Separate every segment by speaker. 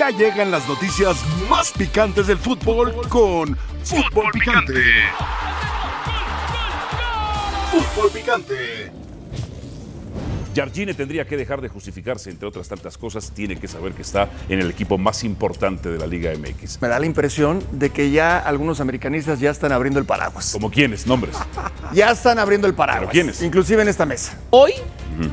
Speaker 1: Ya llegan las noticias más picantes del fútbol con Fútbol Picante. Fútbol Picante.
Speaker 2: Jardine tendría que dejar de justificarse, entre otras tantas cosas, tiene que saber que está en el equipo más importante de la Liga MX.
Speaker 3: Me da la impresión de que ya algunos americanistas ya están abriendo el paraguas.
Speaker 2: ¿Como quiénes? Nombres.
Speaker 3: Ya están abriendo el paraguas.
Speaker 2: ¿Pero quiénes?
Speaker 3: Inclusive en esta mesa.
Speaker 4: Hoy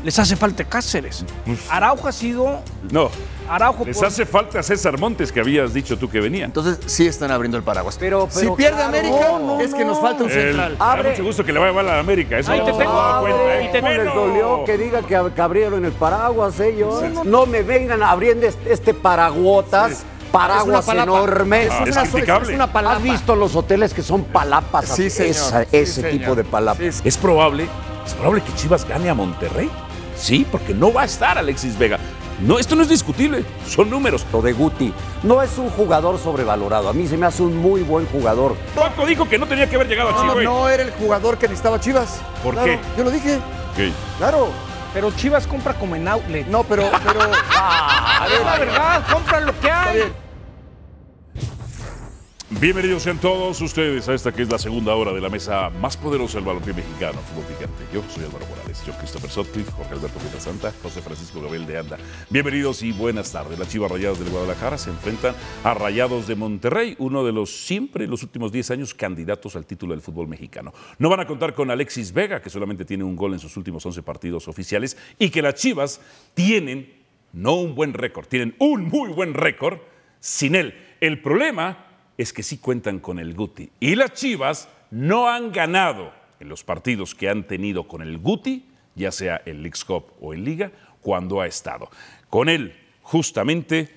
Speaker 4: les hace falta Cáceres.
Speaker 3: Pues,
Speaker 4: Araujo ha sido.
Speaker 2: No.
Speaker 4: Araujo
Speaker 2: Les
Speaker 4: por-
Speaker 2: hace falta César Montes, que habías dicho tú que venía.
Speaker 3: Entonces sí están abriendo el paraguas.
Speaker 5: Pero-
Speaker 3: si
Speaker 5: pero
Speaker 3: pierde
Speaker 5: claro,
Speaker 3: América,
Speaker 5: no,
Speaker 3: es que nos falta un
Speaker 2: El-
Speaker 3: central.
Speaker 2: me da
Speaker 5: Abre.
Speaker 2: mucho gusto que le vaya mal a la América. Eso
Speaker 4: Ahí
Speaker 2: no
Speaker 4: te
Speaker 2: se
Speaker 4: tengo.
Speaker 2: daba cuenta, ¿eh?
Speaker 4: Abre. Y te
Speaker 5: ¿Cómo les
Speaker 2: Bueno.
Speaker 5: dolió que diga que ab- que abrieron el paraguas ellos? No me vengan abriendo este- este paraguotas, paraguas
Speaker 4: Es una palapa.
Speaker 5: enormes.
Speaker 2: Ah, es criticable.
Speaker 4: es una palapa.
Speaker 5: ¿Has visto los hoteles que son palapas?
Speaker 3: Sí, señor.
Speaker 5: Esa-
Speaker 3: Sí,
Speaker 5: ese
Speaker 3: señor.
Speaker 5: tipo de palapas.
Speaker 3: Sí,
Speaker 2: Es probable, es probable que Chivas gane a Monterrey. Sí, porque no va a estar Alexis Vega. No, esto no es discutible, son números.
Speaker 5: Lo de Guti. No es un jugador sobrevalorado. A mí se me hace un muy buen jugador.
Speaker 2: Paco dijo que no tenía que haber llegado a
Speaker 3: No,
Speaker 2: Chivas.
Speaker 3: no era el jugador que necesitaba Chivas.
Speaker 2: ¿Por
Speaker 3: Claro,
Speaker 2: qué?
Speaker 3: Yo lo dije. Claro.
Speaker 4: Pero Chivas compra como en outlet.
Speaker 3: No, pero, pero. ah,
Speaker 4: es la verdad, compra lo que hay.
Speaker 2: Bienvenidos sean todos ustedes a esta que es la segunda hora de la mesa más poderosa del balompié mexicano, fútbol picante. Yo soy Álvaro Morales, yo Christopher Sotcliffe, Jorge Alberto Santa, José Francisco Gabriel de Anda. Bienvenidos y buenas tardes. Las Chivas Rayadas del Guadalajara se enfrentan a Rayados de Monterrey, uno de los siempre en los últimos 10 años candidatos al título del fútbol mexicano. No van a contar con Alexis Vega, que solamente tiene un gol en sus últimos 11 partidos oficiales, y que las Chivas tienen no un buen récord, tienen un muy buen récord sin él. El problema es que sí cuentan con el Guti. Y las Chivas no han ganado en los partidos que han tenido con el Guti, ya sea el Leagues Cup o en Liga, cuando ha estado. Con él, justamente,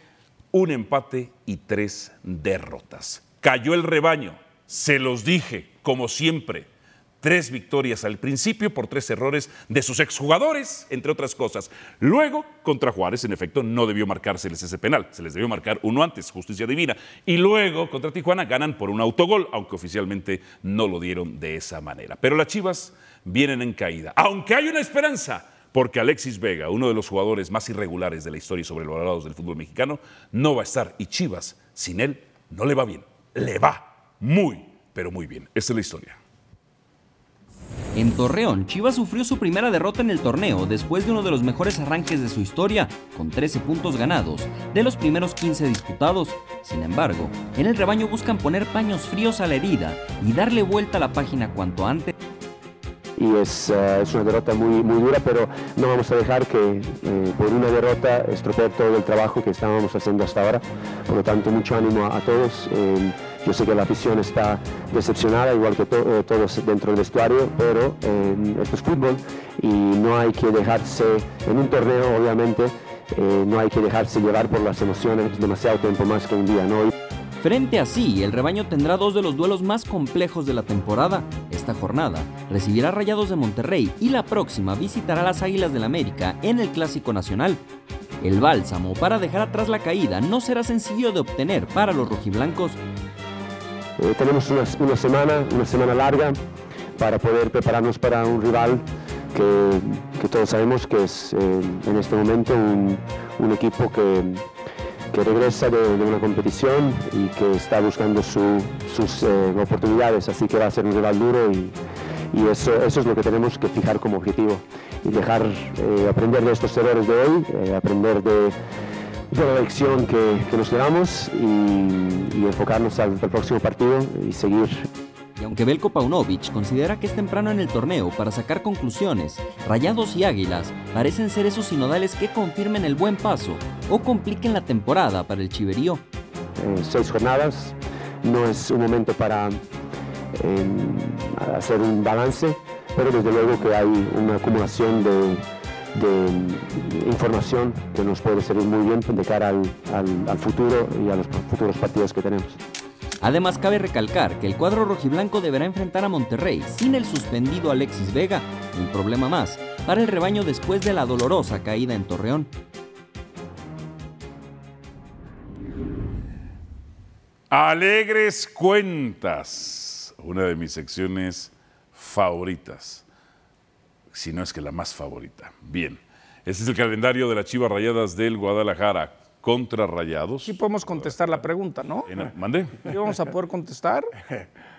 Speaker 2: un empate y tres derrotas. Cayó el rebaño, se los dije, como siempre. Tres victorias al principio por tres errores de sus exjugadores, entre otras cosas. Luego, contra Juárez, en efecto, no debió marcárseles ese penal. Se les debió marcar uno antes, justicia divina. Y luego, contra Tijuana, ganan por un autogol, aunque oficialmente no lo dieron de esa manera. Pero las Chivas vienen en caída. Aunque hay una esperanza, porque Alexis Vega, uno de los jugadores más irregulares de la historia y sobrevalorados del fútbol mexicano, no va a estar. Y Chivas, sin él, no le va bien. Le va muy, pero muy bien. Esa es la historia.
Speaker 6: En Torreón, Chivas sufrió su primera derrota en el torneo después de uno de los mejores arranques de su historia, con 13 puntos ganados, de los primeros 15 disputados. Sin embargo, en el rebaño buscan poner paños fríos a la herida y darle vuelta a la página cuanto antes.
Speaker 7: y es, eh, es una derrota muy, muy dura, pero no vamos a dejar que eh, por una derrota estropear todo el trabajo que estábamos haciendo hasta ahora. Por lo tanto, mucho ánimo a, a todos. Eh, yo sé que la afición está decepcionada, igual que to- eh, todos dentro del vestuario, pero eh, esto es fútbol y no hay que dejarse, en un torneo obviamente, eh, no hay que dejarse llevar por las emociones demasiado tiempo más que un día, ¿no? Y-
Speaker 6: Frente a sí, el rebaño tendrá dos de los duelos más complejos de la temporada. Esta jornada recibirá a Rayados de Monterrey y la próxima visitará a las Águilas del América en el Clásico Nacional. El bálsamo para dejar atrás la caída no será sencillo de obtener para los rojiblancos,
Speaker 7: Eh, tenemos una, una semana, una semana larga para poder prepararnos para un rival que, que todos sabemos que es eh, en este momento un, un equipo que, que regresa de, de una competición y que está buscando su- sus eh, oportunidades, así que va a ser un rival duro y, y eso, eso es lo que tenemos que fijar como objetivo y dejar eh, aprender de estos errores de hoy, eh, aprender de, de la lección que, que nos llevamos y, y enfocarnos al, al próximo partido y seguir.
Speaker 6: Y aunque Belko Paunovic considera que es temprano en el torneo para sacar conclusiones, Rayados y Águilas parecen ser esos sinodales que confirmen el buen paso o compliquen la temporada para el Chiverío.
Speaker 7: eh, seis jornadas. No es un momento para eh, hacer un balance, pero desde luego que hay una acumulación de, de, mm, información que nos puede servir muy bien de cara al- al- al futuro y a los futuros partidos que tenemos.
Speaker 6: Además cabe recalcar que el cuadro rojiblanco deberá enfrentar a Monterrey sin el suspendido Alexis Vega, un problema más para el rebaño después de la dolorosa caída en Torreón.
Speaker 2: Alegres cuentas, una de mis secciones favoritas, si no es que la más favorita. Bien, este es el calendario de las Chivas Rayadas del Guadalajara. contra Rayados.
Speaker 4: Sí podemos contestar la pregunta, ¿no?
Speaker 2: En- ¿Mande?
Speaker 4: ¿Sí vamos a poder contestar?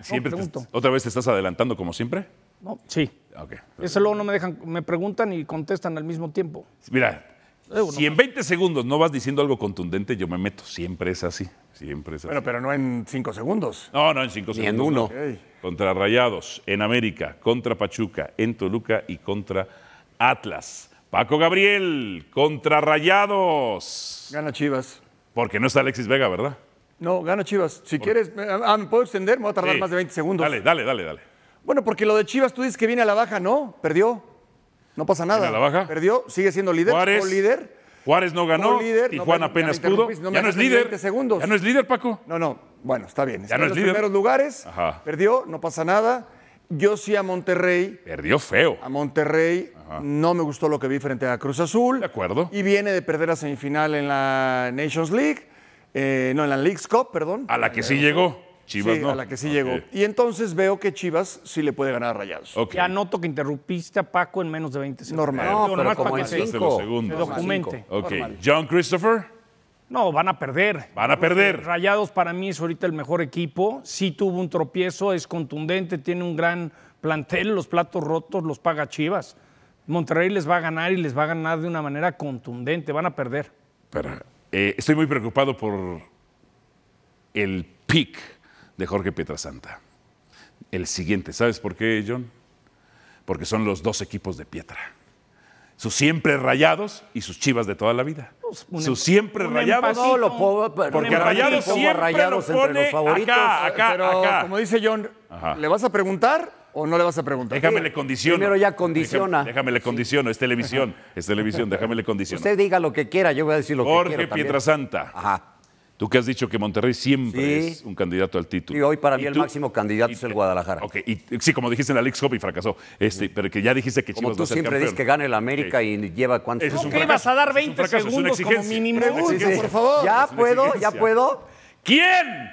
Speaker 2: Siempre te-
Speaker 4: pregunto.
Speaker 2: ¿Otra vez te estás adelantando como siempre?
Speaker 4: No, sí.
Speaker 2: Ok.
Speaker 4: Eso luego no me dejan, me preguntan y contestan al mismo tiempo.
Speaker 2: Mira,
Speaker 4: Eh, uno
Speaker 2: si en 20 segundos no vas diciendo algo contundente, yo me meto. Siempre es así. Siempre es así.
Speaker 8: Bueno, pero no en cinco segundos.
Speaker 2: no, no, en 5 segundos.
Speaker 5: en
Speaker 2: no.
Speaker 5: uno.
Speaker 8: Ok.
Speaker 2: Contra Rayados, en América, contra Pachuca, en Toluca y contra Atlas. Paco Gabriel, contra Rayados.
Speaker 8: Gana Chivas.
Speaker 2: Porque no está Alexis Vega, ¿verdad?
Speaker 8: No, gana Chivas. Si quieres, me- ah, ¿me puedo extender? Me voy a tardar
Speaker 2: Sí.
Speaker 8: más de 20 segundos.
Speaker 2: Dale, Eh, dale, dale, dale.
Speaker 8: Bueno, porque lo de Chivas tú dices que viene a la baja, ¿no? Perdió. No pasa nada.
Speaker 2: ¿Viene a la baja?
Speaker 8: Perdió, sigue siendo líder.
Speaker 2: Juárez.
Speaker 8: líder.
Speaker 2: Juárez no ganó.
Speaker 8: líder, no,
Speaker 2: Tijuana
Speaker 8: ya me
Speaker 2: apenas pudo.
Speaker 8: interrumpiste, no me
Speaker 2: ya no es
Speaker 8: dejaste ni
Speaker 2: líder.
Speaker 8: 20 segundos.
Speaker 2: Ya no es líder, Paco.
Speaker 8: No, no. Bueno, está bien. Está
Speaker 2: no
Speaker 8: en
Speaker 2: es
Speaker 8: los
Speaker 2: líder.
Speaker 8: primeros lugares.
Speaker 2: Ajá.
Speaker 8: Perdió, no pasa nada. Yo sí a Monterrey.
Speaker 2: Perdió feo.
Speaker 8: A Monterrey no me gustó lo que vi frente a Cruz Azul.
Speaker 2: De acuerdo.
Speaker 8: Y viene de perder la semifinal en la Nations League. eh, no, en la League's Cup, perdón.
Speaker 2: A la que sí llegó. Chivas
Speaker 8: Sí,
Speaker 2: no.
Speaker 8: a la que sí
Speaker 2: Ok.
Speaker 8: llegó. Y entonces veo que Chivas sí le puede ganar a Rayados.
Speaker 2: Ok.
Speaker 4: Ya noto que interrumpiste a Paco en menos de 20 segundos.
Speaker 8: Normal.
Speaker 5: No,
Speaker 4: Digo,
Speaker 5: pero
Speaker 4: nomás
Speaker 5: como
Speaker 4: para
Speaker 5: en
Speaker 4: que se-
Speaker 2: Pasaste
Speaker 5: cinco.
Speaker 2: los segundos.
Speaker 4: se documente.
Speaker 2: Ok. John Christopher.
Speaker 4: No, van a perder.
Speaker 2: Van a perder.
Speaker 4: Rayados para mí es ahorita el mejor equipo. Sí tuvo un tropiezo, es contundente, tiene un gran plantel, los platos rotos los paga Chivas. Monterrey les va a ganar y les va a ganar de una manera contundente, van a perder.
Speaker 2: Espera. Eh, estoy muy preocupado por el pick de Jorge Pietrasanta. El siguiente. ¿Sabes por qué, John? Porque son los dos equipos de Pietra. Sus siempre rayados y sus chivas de toda la vida.
Speaker 4: Pues, un
Speaker 2: sus
Speaker 4: emp-
Speaker 2: siempre
Speaker 4: un
Speaker 2: rayados.
Speaker 4: empatito.
Speaker 5: No, lo puedo, pero-
Speaker 2: Porque
Speaker 5: pero
Speaker 2: Rayados
Speaker 5: pongo a
Speaker 2: siempre
Speaker 5: Rayados
Speaker 2: lo
Speaker 5: entre
Speaker 2: pone
Speaker 5: los favoritos.
Speaker 2: acá, acá,
Speaker 8: Pero,
Speaker 2: acá.
Speaker 8: como dice John,
Speaker 2: Ajá.
Speaker 8: ¿le vas a preguntar o no le vas a preguntar?
Speaker 2: Ah. Déjame le condiciono.
Speaker 5: Primero ya
Speaker 2: Déjame-
Speaker 5: condiciona.
Speaker 2: Déjame, le condiciono. Es televisión. Es televisión. Déjame le condiciono.
Speaker 5: Usted diga lo que quiera, yo voy a decir lo que
Speaker 2: Jorge
Speaker 5: quiero también.
Speaker 2: Pietrasanta.
Speaker 5: Ajá.
Speaker 2: Tú que has dicho que Monterrey siempre
Speaker 5: Sí.
Speaker 2: es un candidato al título.
Speaker 5: Y hoy para mí el
Speaker 2: tú-
Speaker 5: máximo candidato
Speaker 2: y-
Speaker 5: es el Guadalajara.
Speaker 2: Ok, y, sí, como dijiste en la League Cup y fracasó. Este, Pero que ya dijiste que
Speaker 5: Como
Speaker 2: Chivas va
Speaker 5: tú
Speaker 2: a ser
Speaker 5: siempre
Speaker 2: campeón.
Speaker 5: dices que gana el América
Speaker 2: Ok.
Speaker 5: y lleva cuántos.
Speaker 2: Ese es un
Speaker 4: ¿Qué ibas
Speaker 2: fracaso,
Speaker 4: a dar
Speaker 2: ese es un
Speaker 4: 20
Speaker 2: fracaso, es una
Speaker 4: segundos como
Speaker 2: exigencia.
Speaker 4: mínimo?
Speaker 2: Es una
Speaker 4: Pregunta,
Speaker 2: exigencia.
Speaker 8: por favor.
Speaker 5: ¿Ya
Speaker 2: Es una
Speaker 5: puedo? ¿Ya
Speaker 2: exigencia.
Speaker 5: puedo?
Speaker 2: ¿Quién?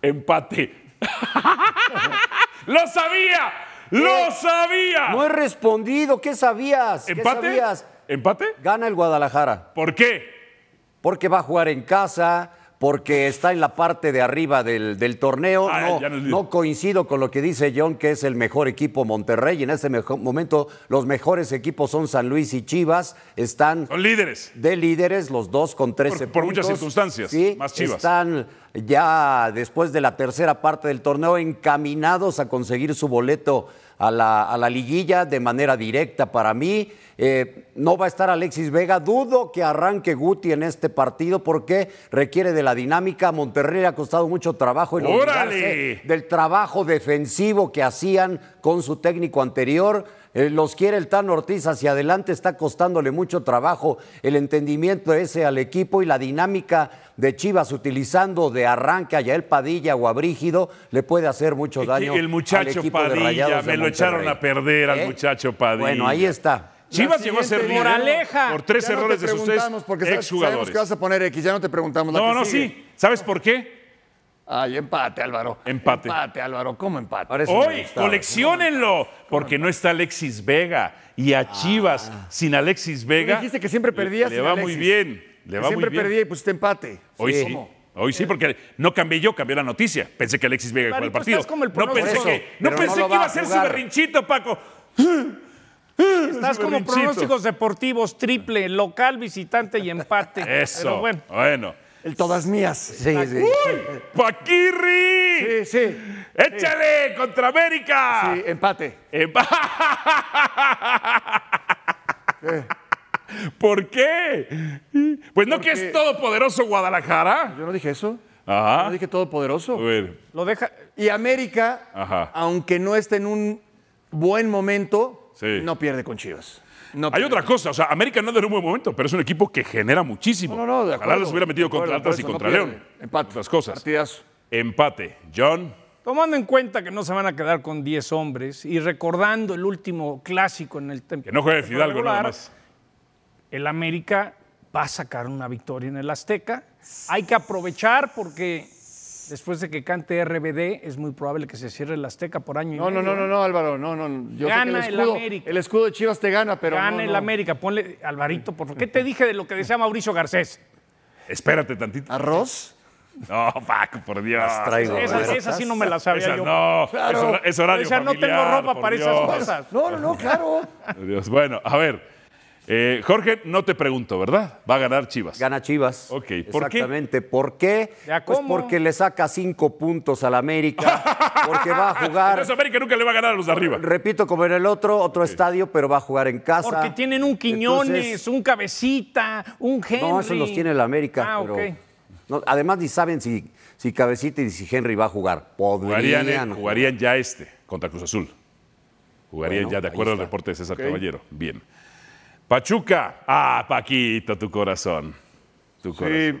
Speaker 2: Empate. ¡Lo sabía! ¡Lo sabía!
Speaker 5: Eh, No he respondido. ¿Qué sabías? ¿Qué
Speaker 2: ¿Empate?
Speaker 5: sabías?
Speaker 2: ¿Empate?
Speaker 5: Gana el Guadalajara.
Speaker 2: ¿Por qué?
Speaker 5: Porque va a jugar en casa, porque está en la parte de arriba del, del torneo.
Speaker 2: Ah,
Speaker 5: no,
Speaker 2: ya nos dijo.
Speaker 5: no coincido con lo que dice John, que es el mejor equipo Monterrey. En este mejo- momento, los mejores equipos son San Luis y Chivas. Están
Speaker 2: Son líderes.
Speaker 5: de líderes, los dos con 13
Speaker 2: Por- por muchas
Speaker 5: puntos.
Speaker 2: circunstancias,
Speaker 5: Sí,
Speaker 2: más Chivas.
Speaker 5: Están ya después de la tercera parte del torneo encaminados a conseguir su boleto a la, a la liguilla de manera directa para mí. Eh, no va a estar Alexis Vega. Dudo que arranque Guti en este partido porque requiere de la dinámica. Monterrey le ha costado mucho trabajo en
Speaker 2: ¡Órale!
Speaker 5: olvidarse del trabajo defensivo que hacían con su técnico anterior. Eh, los quiere el Tan Ortiz hacia adelante, está costándole mucho trabajo el entendimiento ese al equipo y la dinámica de Chivas utilizando de arranque a Yael Padilla o a Brígido le puede hacer mucho daño.
Speaker 2: el
Speaker 5: al
Speaker 2: muchacho
Speaker 5: equipo de
Speaker 2: Padilla,
Speaker 5: Rayados de
Speaker 2: me lo echaron
Speaker 5: Monterrey.
Speaker 2: a perder al
Speaker 5: ¿Eh?
Speaker 2: muchacho Padilla.
Speaker 5: Bueno, ahí está.
Speaker 2: Chivas
Speaker 8: La
Speaker 2: llegó a ser
Speaker 8: siguiente,
Speaker 2: líder
Speaker 4: Moraleja.
Speaker 2: por tres
Speaker 8: Ya no
Speaker 2: errores
Speaker 8: te
Speaker 2: de sus tres
Speaker 8: preguntamos porque sabes- sabemos
Speaker 2: exjugadores.
Speaker 8: que vas a poner X, ya no te preguntamos la
Speaker 2: No,
Speaker 8: que
Speaker 2: no,
Speaker 8: sigue.
Speaker 2: sí. ¿Sabes por qué?
Speaker 8: Ay, empate, Álvaro.
Speaker 2: Empate.
Speaker 8: Empate, Álvaro. ¿Cómo empate?
Speaker 5: Ahora sí me
Speaker 2: Hoy,
Speaker 5: gustaba.
Speaker 2: coleccionenlo, porque no está Alexis Vega. Y a Chivas, sin Alexis Vega.
Speaker 8: Ah. dijiste que siempre perdías
Speaker 2: Le,
Speaker 8: sin
Speaker 2: va
Speaker 8: Alexis.
Speaker 2: muy bien. Le
Speaker 8: Que
Speaker 2: va muy
Speaker 8: siempre
Speaker 2: bien.
Speaker 8: perdía y pusiste empate.
Speaker 2: Hoy sí.
Speaker 8: ¿Cómo?
Speaker 2: Hoy sí, porque no cambié yo, cambié la noticia. Pensé que Alexis Vega
Speaker 4: Claro,
Speaker 2: jugó el
Speaker 4: y tú
Speaker 2: partido.
Speaker 4: estás como el
Speaker 2: no pensé
Speaker 4: pronóstico.
Speaker 2: que, no
Speaker 5: Pero no
Speaker 2: pensé
Speaker 5: lo
Speaker 2: que
Speaker 5: va
Speaker 2: iba a
Speaker 5: a
Speaker 2: ser su
Speaker 5: jugar.
Speaker 2: berrinchito, Paco.
Speaker 4: Estás
Speaker 2: Su
Speaker 4: como
Speaker 2: berrinchito.
Speaker 4: pronósticos deportivos, triple, local, visitante y empate.
Speaker 2: Eso.
Speaker 4: Pero bueno,
Speaker 2: bueno.
Speaker 8: El todas mías.
Speaker 5: Sí, sí.
Speaker 8: Sí,
Speaker 2: ¡Paquirri!
Speaker 8: sí.
Speaker 2: ¡Échale contra América!
Speaker 8: Sí, empate.
Speaker 2: Em- ¿Por qué? Pues no que es todopoderoso Guadalajara.
Speaker 8: Yo no dije eso.
Speaker 2: Ajá.
Speaker 8: No dije todopoderoso.
Speaker 2: A ver,
Speaker 4: lo deja.
Speaker 8: Y América,
Speaker 2: Ajá.
Speaker 8: aunque no esté en un buen momento,
Speaker 2: Sí.
Speaker 8: no pierde con Chivas. No
Speaker 2: hay
Speaker 8: pierde.
Speaker 2: otra cosa, o sea, América no es de un buen momento, pero es un equipo que genera muchísimo.
Speaker 8: No, no, no, de
Speaker 2: Ojalá
Speaker 8: acuerdo.
Speaker 2: los hubiera metido
Speaker 8: De acuerdo, por
Speaker 2: contra Atlas y
Speaker 8: eso no
Speaker 2: contra
Speaker 8: pierde.
Speaker 2: León.
Speaker 8: Empate.
Speaker 2: Otras cosas.
Speaker 8: Partidazo.
Speaker 2: Empate. John,
Speaker 4: Tomando en cuenta que no se van a quedar con 10 hombres y recordando el último clásico en el tiempo.
Speaker 2: que no juegue Fidalgo nada más.
Speaker 4: el América va a sacar una victoria en el Azteca. Hay que aprovechar porque Después de que cante RBD, es muy probable que se cierre el Azteca por año y
Speaker 8: No, no,
Speaker 4: medio,
Speaker 8: no, no, no, Álvaro, no, no. Yo
Speaker 4: Gana
Speaker 8: sé que
Speaker 4: el
Speaker 8: el escudo,
Speaker 4: América.
Speaker 8: el escudo de Chivas te gana, pero
Speaker 4: Gana
Speaker 8: no,
Speaker 4: el
Speaker 8: no.
Speaker 4: América, ponle Alvarito, por favor. ¿Qué te dije de lo que decía Mauricio Garcés?
Speaker 2: Espérate tantito.
Speaker 3: ¿Arroz?
Speaker 2: No, Paco, por Dios.
Speaker 5: Las traigo.
Speaker 2: Esas-
Speaker 4: Esa, esa sí no me la sabía
Speaker 2: esas
Speaker 4: yo.
Speaker 2: no, es hora- es horario
Speaker 4: O sea, Pues no tengo
Speaker 2: familiar,
Speaker 4: ropa
Speaker 2: por
Speaker 4: para esas
Speaker 2: Dios.
Speaker 4: cosas.
Speaker 3: No, no, no, claro.
Speaker 2: Por Dios. Bueno, a ver. eh, Jorge, no te pregunto, ¿verdad? Va a ganar Chivas.
Speaker 5: Gana Chivas.
Speaker 2: Ok, ¿por qué?
Speaker 5: Exactamente. ¿Por qué?
Speaker 4: Ya,
Speaker 5: Pues
Speaker 4: ¿cómo?
Speaker 5: porque le saca cinco puntos al América, porque va a jugar,
Speaker 2: Entonces América nunca le va a ganar a los de arriba.
Speaker 5: repito, como en el otro, otro estadio, pero va a jugar en casa.
Speaker 4: Porque tienen un Quiñones,
Speaker 5: Entonces,
Speaker 4: un Cabecita, un Henry.
Speaker 5: No, esos los tiene el América.
Speaker 4: Ah,
Speaker 5: pero-
Speaker 4: ok.
Speaker 5: no, además, ni saben si, si Cabecita y si Henry va a jugar. Podrían.
Speaker 2: Jugarían, eh, jugarían ya este contra Cruz Azul. Jugarían
Speaker 5: Bueno,
Speaker 2: ya, de
Speaker 5: ahí
Speaker 2: acuerdo al
Speaker 5: está.
Speaker 2: reporte de César Caballero. Bien. Pachuca. Ah, Paquito, tu corazón. Tu
Speaker 8: Sí.
Speaker 2: corazón.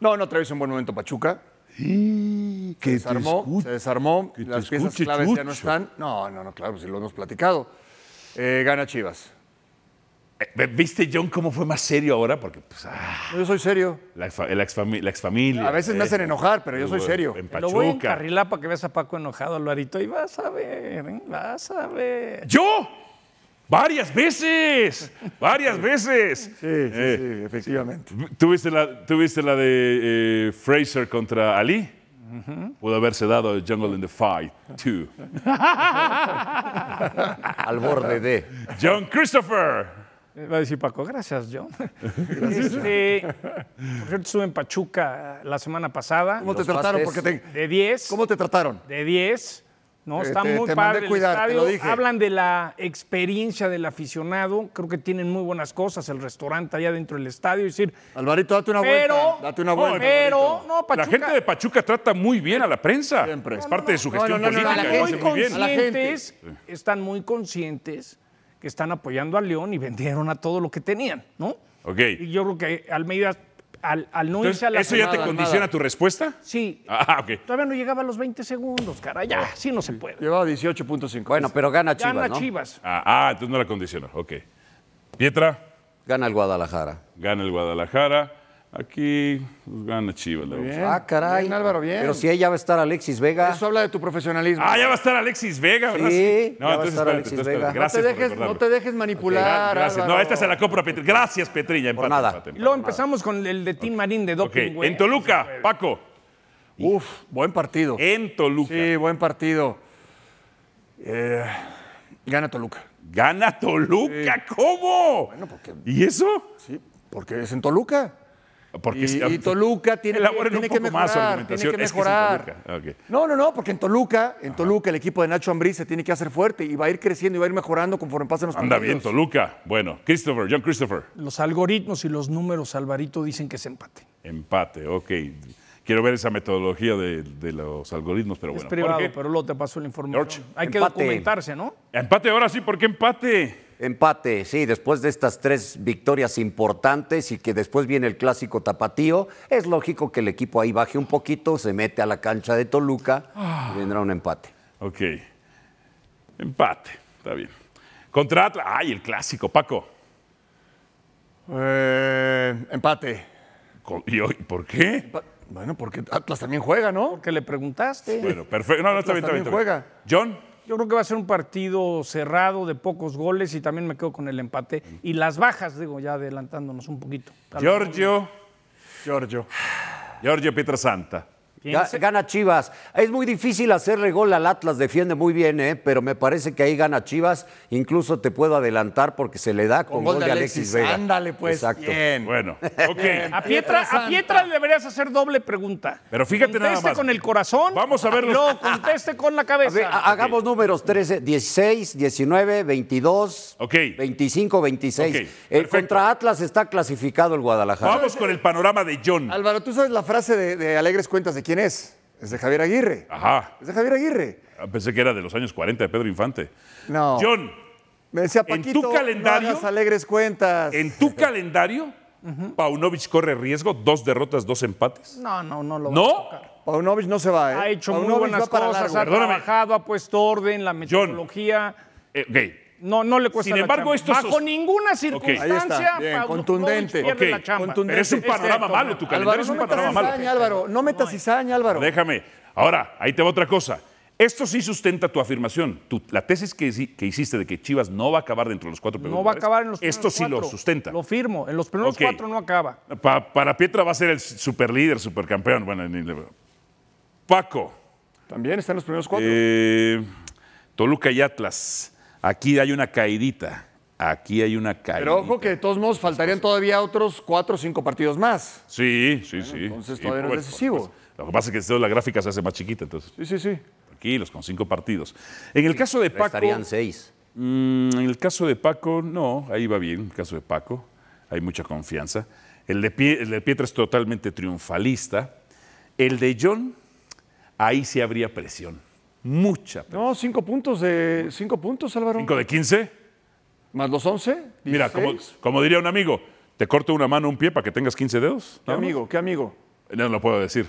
Speaker 8: No, no atraviesa un buen momento Pachuca.
Speaker 1: Que
Speaker 8: Se desarmó, se desarmó,
Speaker 2: que te
Speaker 8: las piezas
Speaker 2: escuche,
Speaker 8: claves ya no
Speaker 2: Chucho.
Speaker 8: están. No, no, no, claro, si lo hemos platicado. Eh, gana Chivas.
Speaker 2: Eh, ¿Viste, John, cómo fue más serio ahora? Porque, pues, ah,
Speaker 8: No, yo soy serio.
Speaker 2: la, ex, la, exfami- la exfamilia.
Speaker 8: A veces me
Speaker 2: eh.
Speaker 8: hacen enojar, pero yo soy serio.
Speaker 2: En
Speaker 4: Lo voy a
Speaker 2: Pachuca.
Speaker 4: encarrilar para que veas a Paco enojado, Alvarito. Y vas a ver, ¿eh? vas a ver.
Speaker 2: ¡Yo! ¡Varias veces! ¡Varias veces!
Speaker 8: Sí, sí,
Speaker 2: Eh,
Speaker 8: sí, efectivamente.
Speaker 2: ¿Tuviste la, tuviste la de eh, Fraser contra Ali? Pudo haberse dado Jungle in the Fight 2.
Speaker 5: Al borde de.
Speaker 2: John Christopher.
Speaker 4: Va a decir Paco, gracias, John. Este, por cierto, estuve en Pachuca la semana pasada.
Speaker 8: ¿Cómo te
Speaker 5: los
Speaker 8: trataron?
Speaker 5: pastes?
Speaker 8: Porque te-
Speaker 4: De 10.
Speaker 8: ¿Cómo te trataron?
Speaker 4: De 10. No,
Speaker 8: Eh,
Speaker 4: está
Speaker 8: te-
Speaker 4: muy
Speaker 8: te mandé
Speaker 4: padre el
Speaker 8: cuidar, te
Speaker 4: estadio.
Speaker 8: lo dije.
Speaker 4: Hablan de la experiencia del aficionado. Creo que tienen muy buenas cosas. El restaurante allá dentro del estadio. Es decir,
Speaker 8: Alvarito, date una
Speaker 4: pero.
Speaker 8: vuelta. Date una vuelta.
Speaker 4: Pero, no, Pachuca.
Speaker 2: La gente de Pachuca trata muy bien a la prensa.
Speaker 8: Siempre.
Speaker 2: Es parte de su gestión
Speaker 8: No, no, no, no,
Speaker 2: política.
Speaker 8: a la
Speaker 2: lo
Speaker 8: gente.
Speaker 2: hace muy bien.
Speaker 8: A la gente.
Speaker 4: conscientes, están muy conscientes que están apoyando a León y vendieron a todo lo que tenían, ¿no?
Speaker 2: Ok.
Speaker 4: Y yo creo que Almeida, al, al no
Speaker 2: Entonces,
Speaker 4: irse a la
Speaker 2: ¿Eso ya te
Speaker 4: jornada-
Speaker 2: condiciona tu respuesta?
Speaker 4: Sí,
Speaker 2: Ah, ok.
Speaker 4: todavía no llegaba a los 20 segundos, cara, ya, sí no se puede.
Speaker 8: Llevaba 18.5.
Speaker 5: Bueno, pero gana Chivas,
Speaker 4: Gana
Speaker 5: ¿no?
Speaker 4: Chivas.
Speaker 2: Ah, ah, entonces no la condiciona. Ok. Pietra.
Speaker 5: Gana el Guadalajara.
Speaker 2: Gana el Guadalajara. Aquí pues, gana Chivas. la vamos a-
Speaker 5: Ah, caray.
Speaker 8: Bien, Álvaro, bien.
Speaker 5: Pero si ella va a estar Alexis Vega.
Speaker 8: Eso habla de tu profesionalismo.
Speaker 2: Ah, ya va a estar Alexis Vega, ¿verdad?
Speaker 5: Sí,
Speaker 2: No,
Speaker 5: ya va a estar
Speaker 2: entonces espérate,
Speaker 5: Alexis
Speaker 2: entonces,
Speaker 8: no,
Speaker 5: Vega. No te
Speaker 2: espérate.
Speaker 8: te
Speaker 2: Gracias por
Speaker 8: dejes,
Speaker 2: recordarlo.
Speaker 8: no te dejes manipular.
Speaker 2: Gracias. No,
Speaker 8: Álvaro.
Speaker 2: esta se la compro a Petri. Gracias, Petrilla. Empate,
Speaker 5: nada.
Speaker 2: empate, empate.
Speaker 4: Y luego empezamos con el de Tim Marín de
Speaker 2: Ok,
Speaker 4: doping, güey. Pues,
Speaker 2: en Toluca, Paco.
Speaker 8: Uf, buen partido.
Speaker 2: En Toluca.
Speaker 8: Sí, buen partido. Eh, gana Toluca.
Speaker 2: Gana Toluca. ¿Cómo?
Speaker 8: porque-
Speaker 2: ¿Y eso?
Speaker 8: Sí, porque es en Toluca.
Speaker 2: Porque
Speaker 8: y,
Speaker 2: es-
Speaker 8: y Toluca tiene, que-
Speaker 2: Elaboren un
Speaker 8: tiene que
Speaker 2: poco
Speaker 8: mejorar.
Speaker 2: más su argumentación.
Speaker 8: Tiene que
Speaker 2: Es que es en
Speaker 8: mejorar.
Speaker 2: Toluca. Ah, ok.
Speaker 8: No, no, no, porque en Toluca, en Toluca, el equipo de Nacho Ambriz se tiene que hacer fuerte y va a ir creciendo y va a ir mejorando conforme pasen los
Speaker 2: Anda bien
Speaker 8: partidos.
Speaker 2: Toluca. Bueno, Christopher, John Christopher.
Speaker 4: Los algoritmos y los números, Alvarito, dicen que se empate.
Speaker 2: Empate, ok. Quiero ver esa metodología de, de los algoritmos, pero
Speaker 4: Es
Speaker 2: bueno.
Speaker 4: privado,
Speaker 2: Jorge,
Speaker 4: pero luego te paso la información.
Speaker 2: George.
Speaker 4: Hay que
Speaker 5: Empate.
Speaker 4: documentarse, ¿no?
Speaker 2: Empate ahora sí, ¿por qué empate?
Speaker 5: Empate, sí, después de estas tres victorias importantes y que después viene el clásico tapatío, es lógico que el equipo ahí baje un poquito, se mete a la cancha de Toluca y vendrá un empate.
Speaker 2: Ok. Empate, está bien. Contra Atlas. Ay, el clásico, Paco.
Speaker 8: Eh, empate.
Speaker 2: Con- ¿Y hoy por qué?
Speaker 8: Pa- Bueno, porque Atlas también juega, ¿no?
Speaker 4: Porque le preguntaste.
Speaker 2: Bueno, perfecto. No, no, está bien, está bien.
Speaker 8: Atlas también
Speaker 2: está bien. John.
Speaker 4: Yo creo que va a ser un partido cerrado de pocos goles y también me quedo con el empate. Y las bajas, digo, ya adelantándonos un poquito. Tal vez
Speaker 2: Giorgio,
Speaker 8: Giorgio.
Speaker 2: Giorgio Pietrasanta.
Speaker 5: Ga-
Speaker 4: piense-
Speaker 5: Gana Chivas. Es muy difícil hacerle gol al Atlas, defiende muy bien, ¿eh? pero me parece que ahí gana Chivas. Incluso te puedo adelantar porque se le da con, gol, de Alexis, Vega.
Speaker 8: Ándale, pues.
Speaker 5: Exacto.
Speaker 8: Bien.
Speaker 2: Bueno,
Speaker 4: A
Speaker 2: ok.
Speaker 4: Pietra, a
Speaker 8: Pietrasanta.
Speaker 4: Pietra le deberías hacer doble pregunta.
Speaker 2: Pero fíjate nada
Speaker 4: Conteste
Speaker 2: más.
Speaker 4: con el corazón.
Speaker 2: Vamos a ver
Speaker 4: y
Speaker 2: los-
Speaker 4: luego conteste con la cabeza.
Speaker 5: A ver, ha- hagamos números 13, 16, 19, 22,
Speaker 2: Ok.
Speaker 5: 25, 26.
Speaker 2: Ok,
Speaker 5: El
Speaker 2: perfecto.
Speaker 5: Eh, contra Atlas está clasificado el Guadalajara.
Speaker 2: Vamos con el panorama de John.
Speaker 8: Álvaro, ¿tú sabes la frase de, de Alegres Cuentas de quién es? Es de Javier Aguirre.
Speaker 2: Ajá. Ah,
Speaker 8: Es de Javier Aguirre.
Speaker 2: Pensé que era de los años 40 de Pedro Infante.
Speaker 8: No.
Speaker 2: John,
Speaker 8: Me decía
Speaker 2: ¿En
Speaker 8: Paquito,
Speaker 2: tu calendario?
Speaker 8: no hagas alegres cuentas.
Speaker 2: en tu calendario, Paunovic corre riesgo, dos derrotas, dos empates.
Speaker 4: No, no, no lo vas a
Speaker 2: ¿No?
Speaker 4: tocar.
Speaker 8: Paunovic no se va, ¿eh?
Speaker 4: Ha hecho muy
Speaker 8: Paunovic
Speaker 4: buenas
Speaker 8: va para
Speaker 4: cosas,
Speaker 8: largo.
Speaker 4: ha
Speaker 2: Perdóname.
Speaker 4: trabajado, ha puesto orden, la metodología.
Speaker 2: Eh, ok.
Speaker 4: No, no le cuesta
Speaker 2: Sin
Speaker 4: la
Speaker 2: embargo,
Speaker 4: chamba.
Speaker 2: esto es-
Speaker 4: Bajo ninguna
Speaker 2: Ahí
Speaker 4: circunstancia
Speaker 8: está, bien,
Speaker 4: Pavlovich
Speaker 8: contundente.
Speaker 4: pierde
Speaker 2: Ok,
Speaker 4: la chamba. Este
Speaker 2: Pero es un panorama
Speaker 4: Excepto,
Speaker 2: malo, tu calendario
Speaker 8: Álvaro,
Speaker 2: es
Speaker 8: no
Speaker 2: un
Speaker 8: metas
Speaker 2: panorama malo.
Speaker 8: cizaña, Álvaro. No metas cizaña, Álvaro.
Speaker 2: Déjame. Ahora, ahí te va otra cosa. Esto sí sustenta tu afirmación. Tu- la tesis que, hici- que hiciste de que Chivas no va a acabar dentro de los cuatro primeros
Speaker 4: No va a
Speaker 2: lugares,
Speaker 4: acabar en los primeros
Speaker 2: Esto sí lo
Speaker 4: cuatro.
Speaker 2: sustenta.
Speaker 4: Lo firmo. En los primeros
Speaker 2: Ok.
Speaker 4: cuatro no acaba.
Speaker 2: Pa- para Pietra va a ser el superlíder, supercampeón. Bueno, ni le- Paco,
Speaker 8: También están los primeros cuatro.
Speaker 2: eh, Toluca y Atlas. Aquí hay una caidita. Aquí hay una caída.
Speaker 8: Pero ojo que de todos modos faltarían todavía otros cuatro o cinco partidos más.
Speaker 2: Sí, sí, sí.
Speaker 8: entonces
Speaker 2: Sí,
Speaker 8: todavía no es
Speaker 2: bueno,
Speaker 8: decisivo.
Speaker 2: pues, Lo que pasa es que esto, la gráfica se hace más chiquita, entonces.
Speaker 8: Sí, sí, sí.
Speaker 2: Tranquilos, con cinco partidos. En el caso de Paco.
Speaker 5: Estarían seis.
Speaker 2: Mm, en el caso de Paco, no, ahí va bien. En el caso de Paco, hay mucha confianza. El de, Pie- el de Pietra es totalmente triunfalista. El de John, ahí sí habría presión. Mucha. presión.
Speaker 8: No, cinco puntos de cinco puntos, Álvaro.
Speaker 2: ¿Cinco de 15?
Speaker 8: Más los once.
Speaker 2: Mira, como,
Speaker 8: 16.
Speaker 2: como diría un amigo, te corto una mano, un pie para que tengas 15 dedos.
Speaker 8: ¿Qué
Speaker 2: nada más.
Speaker 8: amigo? ¿Qué amigo? Ah,
Speaker 2: No lo puedo decir.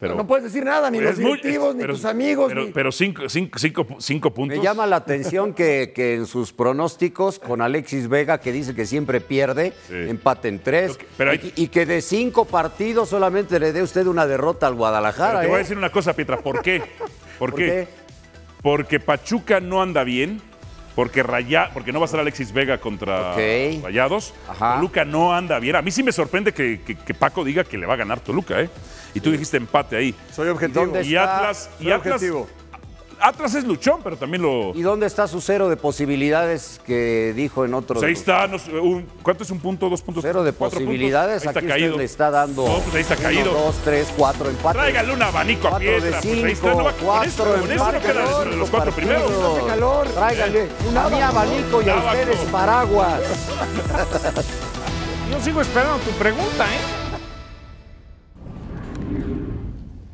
Speaker 2: Pero,
Speaker 8: no puedes decir nada, ni
Speaker 2: pero
Speaker 8: los
Speaker 2: Pues es muy-
Speaker 8: directivos,
Speaker 2: es-
Speaker 8: ni
Speaker 2: pero-
Speaker 8: tus amigos.
Speaker 2: Pero,
Speaker 8: ni-
Speaker 2: pero cinco, cinco- cinco pu- cinco puntos.
Speaker 5: Me llama la atención que, que en sus pronósticos con Alexis Vega, que dice que siempre pierde, empate en tres,
Speaker 2: Lo que- pero hay-
Speaker 5: y, y que de cinco partidos solamente le dé usted una derrota al
Speaker 2: Pero
Speaker 5: Guadalajara.
Speaker 2: te voy a
Speaker 5: ¿eh?
Speaker 2: decir una cosa, Pietra. ¿Por qué? ¿Por,
Speaker 5: ¿Por
Speaker 2: qué?
Speaker 5: qué?
Speaker 2: Porque Pachuca no anda bien. Porque, Raya, porque no va a estar Alexis Vega contra
Speaker 5: Ok.
Speaker 2: Rayados.
Speaker 5: Ajá.
Speaker 2: Toluca no anda bien. A mí sí me sorprende que, que- que Paco diga que le va a ganar Toluca, ¿eh? Y tú dijiste empate ahí.
Speaker 8: Soy objetivo.
Speaker 5: ¿Dónde
Speaker 2: Y
Speaker 5: está?
Speaker 2: Atlas. Y
Speaker 8: Soy
Speaker 2: Atlas,
Speaker 8: objetivo.
Speaker 2: Atlas es luchón, pero también lo.
Speaker 5: ¿Y dónde está su cero de posibilidades que dijo en otro?
Speaker 2: Pues ahí
Speaker 5: de-
Speaker 2: está. no sé, un- ¿Cuánto es un punto? ¿Dos puntos?
Speaker 5: Cero de
Speaker 2: cuatro puntos?
Speaker 5: posibilidades.
Speaker 2: Ahí está
Speaker 5: Aquí usted
Speaker 2: caído.
Speaker 5: le está dando
Speaker 2: No, pues ahí está
Speaker 5: uno,
Speaker 2: caído.
Speaker 5: dos, tres, cuatro empates.
Speaker 2: Tráigale un abanico a
Speaker 5: Cuatro de
Speaker 2: Pietra. pues ahí está.
Speaker 5: cinco,
Speaker 2: No va- con eso-
Speaker 5: cuatro
Speaker 2: con eso no
Speaker 5: empates,
Speaker 2: queda dentro de los cuatro
Speaker 5: partidos.
Speaker 2: primeros.
Speaker 8: calor.
Speaker 5: Tráigale un a mí abanico y a
Speaker 2: Abaco.
Speaker 5: ustedes paraguas.
Speaker 4: Yo sigo esperando tu pregunta, ¿eh?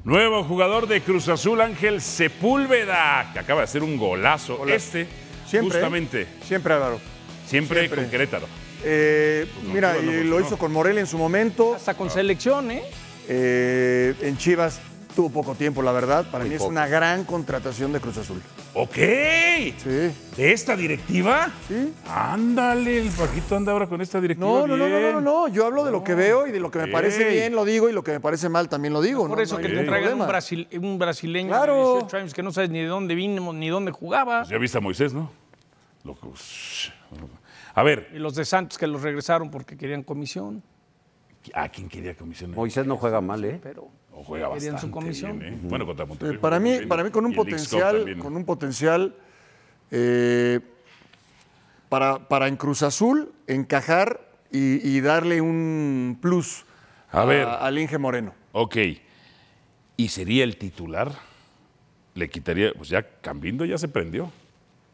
Speaker 2: Nuevo jugador de Cruz Azul, Ángel Sepúlveda, que acaba de hacer un golazo. Este,
Speaker 8: Siempre. ¿eh?
Speaker 2: justamente,
Speaker 8: Siempre, Álvaro.
Speaker 2: siempre,
Speaker 8: Siempre.
Speaker 2: con Querétaro.
Speaker 8: Eh, mira,
Speaker 2: Chivas no
Speaker 8: y lo
Speaker 2: funcionó.
Speaker 8: hizo con Morel en su momento.
Speaker 4: Hasta con selección, ¿eh?
Speaker 8: Eh, en Chivas tuvo poco tiempo, la verdad. Para mí es una gran contratación de Cruz Azul.
Speaker 2: ¡Ok!
Speaker 8: Sí.
Speaker 2: ¿De esta directiva?
Speaker 8: Sí.
Speaker 2: Ándale, el Paquito anda ahora con esta directiva.
Speaker 8: No, no, no, no, no, no,
Speaker 2: bien.
Speaker 8: no. Yo hablo de lo que veo y de lo que me parece
Speaker 2: Ey.
Speaker 8: bien lo digo y lo que me parece mal también lo digo.
Speaker 4: Por
Speaker 8: no-
Speaker 4: eso
Speaker 8: no
Speaker 4: que
Speaker 8: hay
Speaker 4: te
Speaker 8: ningún
Speaker 4: traigan un,
Speaker 8: problema.
Speaker 4: brasil- un brasileño
Speaker 8: Claro.
Speaker 4: de 18 años que no sabes ni de dónde vino ni dónde jugaba.
Speaker 2: Pues Ya viste a Moisés, ¿no? Loco. A ver,
Speaker 4: Y los de Santos que los regresaron porque querían comisión.
Speaker 2: ¿a quién quería comisión?
Speaker 5: Moisés no juega mal, ¿eh?
Speaker 4: Pero
Speaker 2: O juega
Speaker 4: Querían
Speaker 2: bastante
Speaker 4: su comisión.
Speaker 2: bien, ¿eh? Bueno, contra
Speaker 8: Eh,
Speaker 2: Monterrey.
Speaker 8: para
Speaker 2: jugó
Speaker 8: mí,
Speaker 2: bien.
Speaker 8: para mí con un
Speaker 2: Y el Leagues Cup
Speaker 8: potencial,
Speaker 2: también.
Speaker 8: con un potencial eh, para, para en Cruz Azul encajar y, y darle un plus
Speaker 2: A ver.
Speaker 8: al Inge Moreno.
Speaker 2: Ok. ¿Y sería el titular? Le quitaría, pues ya Cambindo ya se prendió.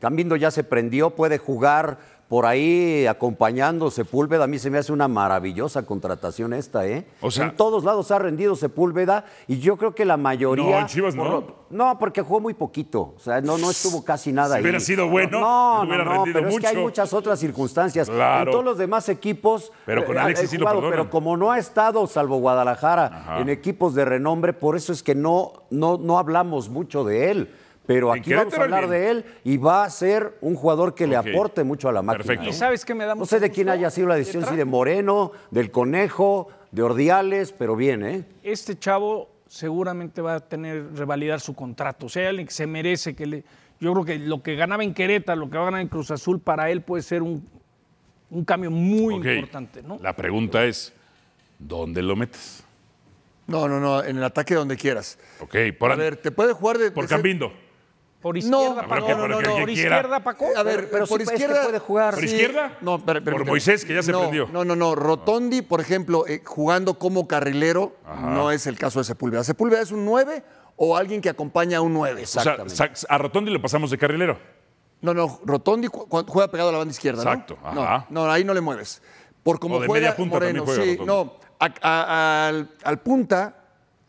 Speaker 5: Cambindo ya se prendió, puede jugar por ahí acompañando Sepúlveda. A mí se me hace una maravillosa contratación esta, ¿eh?
Speaker 2: O sea-
Speaker 5: en todos lados ha rendido Sepúlveda y yo creo que la mayoría.
Speaker 2: No, en Chivas
Speaker 5: por
Speaker 2: no.
Speaker 5: lo- No, porque jugó muy poquito. O sea, no, no estuvo casi nada
Speaker 2: Si
Speaker 5: ahí.
Speaker 2: hubiera sido bueno,
Speaker 5: no,
Speaker 2: hubiera
Speaker 5: no, no,
Speaker 2: rendido
Speaker 5: pero es que hay
Speaker 2: mucho.
Speaker 5: muchas otras circunstancias.
Speaker 2: Claro.
Speaker 5: En todos los demás equipos.
Speaker 2: Pero con
Speaker 5: eh,
Speaker 2: Alexis
Speaker 5: he
Speaker 2: sí lo perdonan.
Speaker 5: Pero como no ha estado, salvo Guadalajara,
Speaker 2: Ajá.
Speaker 5: en equipos de renombre, por eso es que no, no, no hablamos mucho de él. Pero
Speaker 2: En
Speaker 5: aquí vamos a
Speaker 2: Querétaro,
Speaker 5: hablar
Speaker 2: bien.
Speaker 5: de él y va a ser un jugador que le
Speaker 2: Ok.
Speaker 5: aporte mucho a la máquina.
Speaker 2: Perfecto.
Speaker 5: ¿eh?
Speaker 2: ¿Y
Speaker 4: sabes qué me da
Speaker 5: No
Speaker 4: mucho
Speaker 5: sé de quién
Speaker 4: gusto?
Speaker 5: haya sido la
Speaker 4: Que
Speaker 5: decisión, si
Speaker 4: tra-
Speaker 5: de Moreno, del Conejo, de Ordiales, pero bien, ¿eh?
Speaker 4: este chavo seguramente va a tener revalidar su contrato. O sea, hay alguien que se merece que le. Yo creo que lo que ganaba en Querétaro, lo que va a ganar en Cruz Azul, para él puede ser un, un cambio muy
Speaker 2: Ok.
Speaker 4: importante, ¿no?
Speaker 2: La pregunta es, ¿dónde lo metes?
Speaker 8: No, no, no, en el ataque donde quieras.
Speaker 2: Ok, por,
Speaker 8: A ver, te puede jugar de.
Speaker 2: por
Speaker 8: de ser-
Speaker 2: Cambindo.
Speaker 4: Por izquierda,
Speaker 8: no,
Speaker 4: Paco.
Speaker 2: no, no, no, no.
Speaker 4: por izquierda, Paco.
Speaker 8: Eh, A ver,
Speaker 5: Pero
Speaker 8: por
Speaker 5: sí, es que
Speaker 8: izquierda
Speaker 5: puede jugar.
Speaker 2: ¿Por izquierda?
Speaker 8: No, pero-
Speaker 2: Por
Speaker 8: permíteme.
Speaker 2: Moisés, que ya se
Speaker 8: No,
Speaker 2: prendió.
Speaker 8: No, no, no. Rotondi, por ejemplo, eh, jugando como carrilero, no es el caso de Sepúlveda. Sepúlveda es un 9 o alguien que acompaña a un 9.
Speaker 2: O sea, sa- a Rotondi lo pasamos de carrilero.
Speaker 8: No, no, Rotondi cu- cu- juega pegado a la banda izquierda, ¿no?
Speaker 2: Exacto, ajá.
Speaker 8: No, no, ahí no le mueves. Por como
Speaker 2: O de
Speaker 8: juega
Speaker 2: media punta
Speaker 8: Moreno,
Speaker 2: también juega
Speaker 8: sí, no, a- a- al, al punta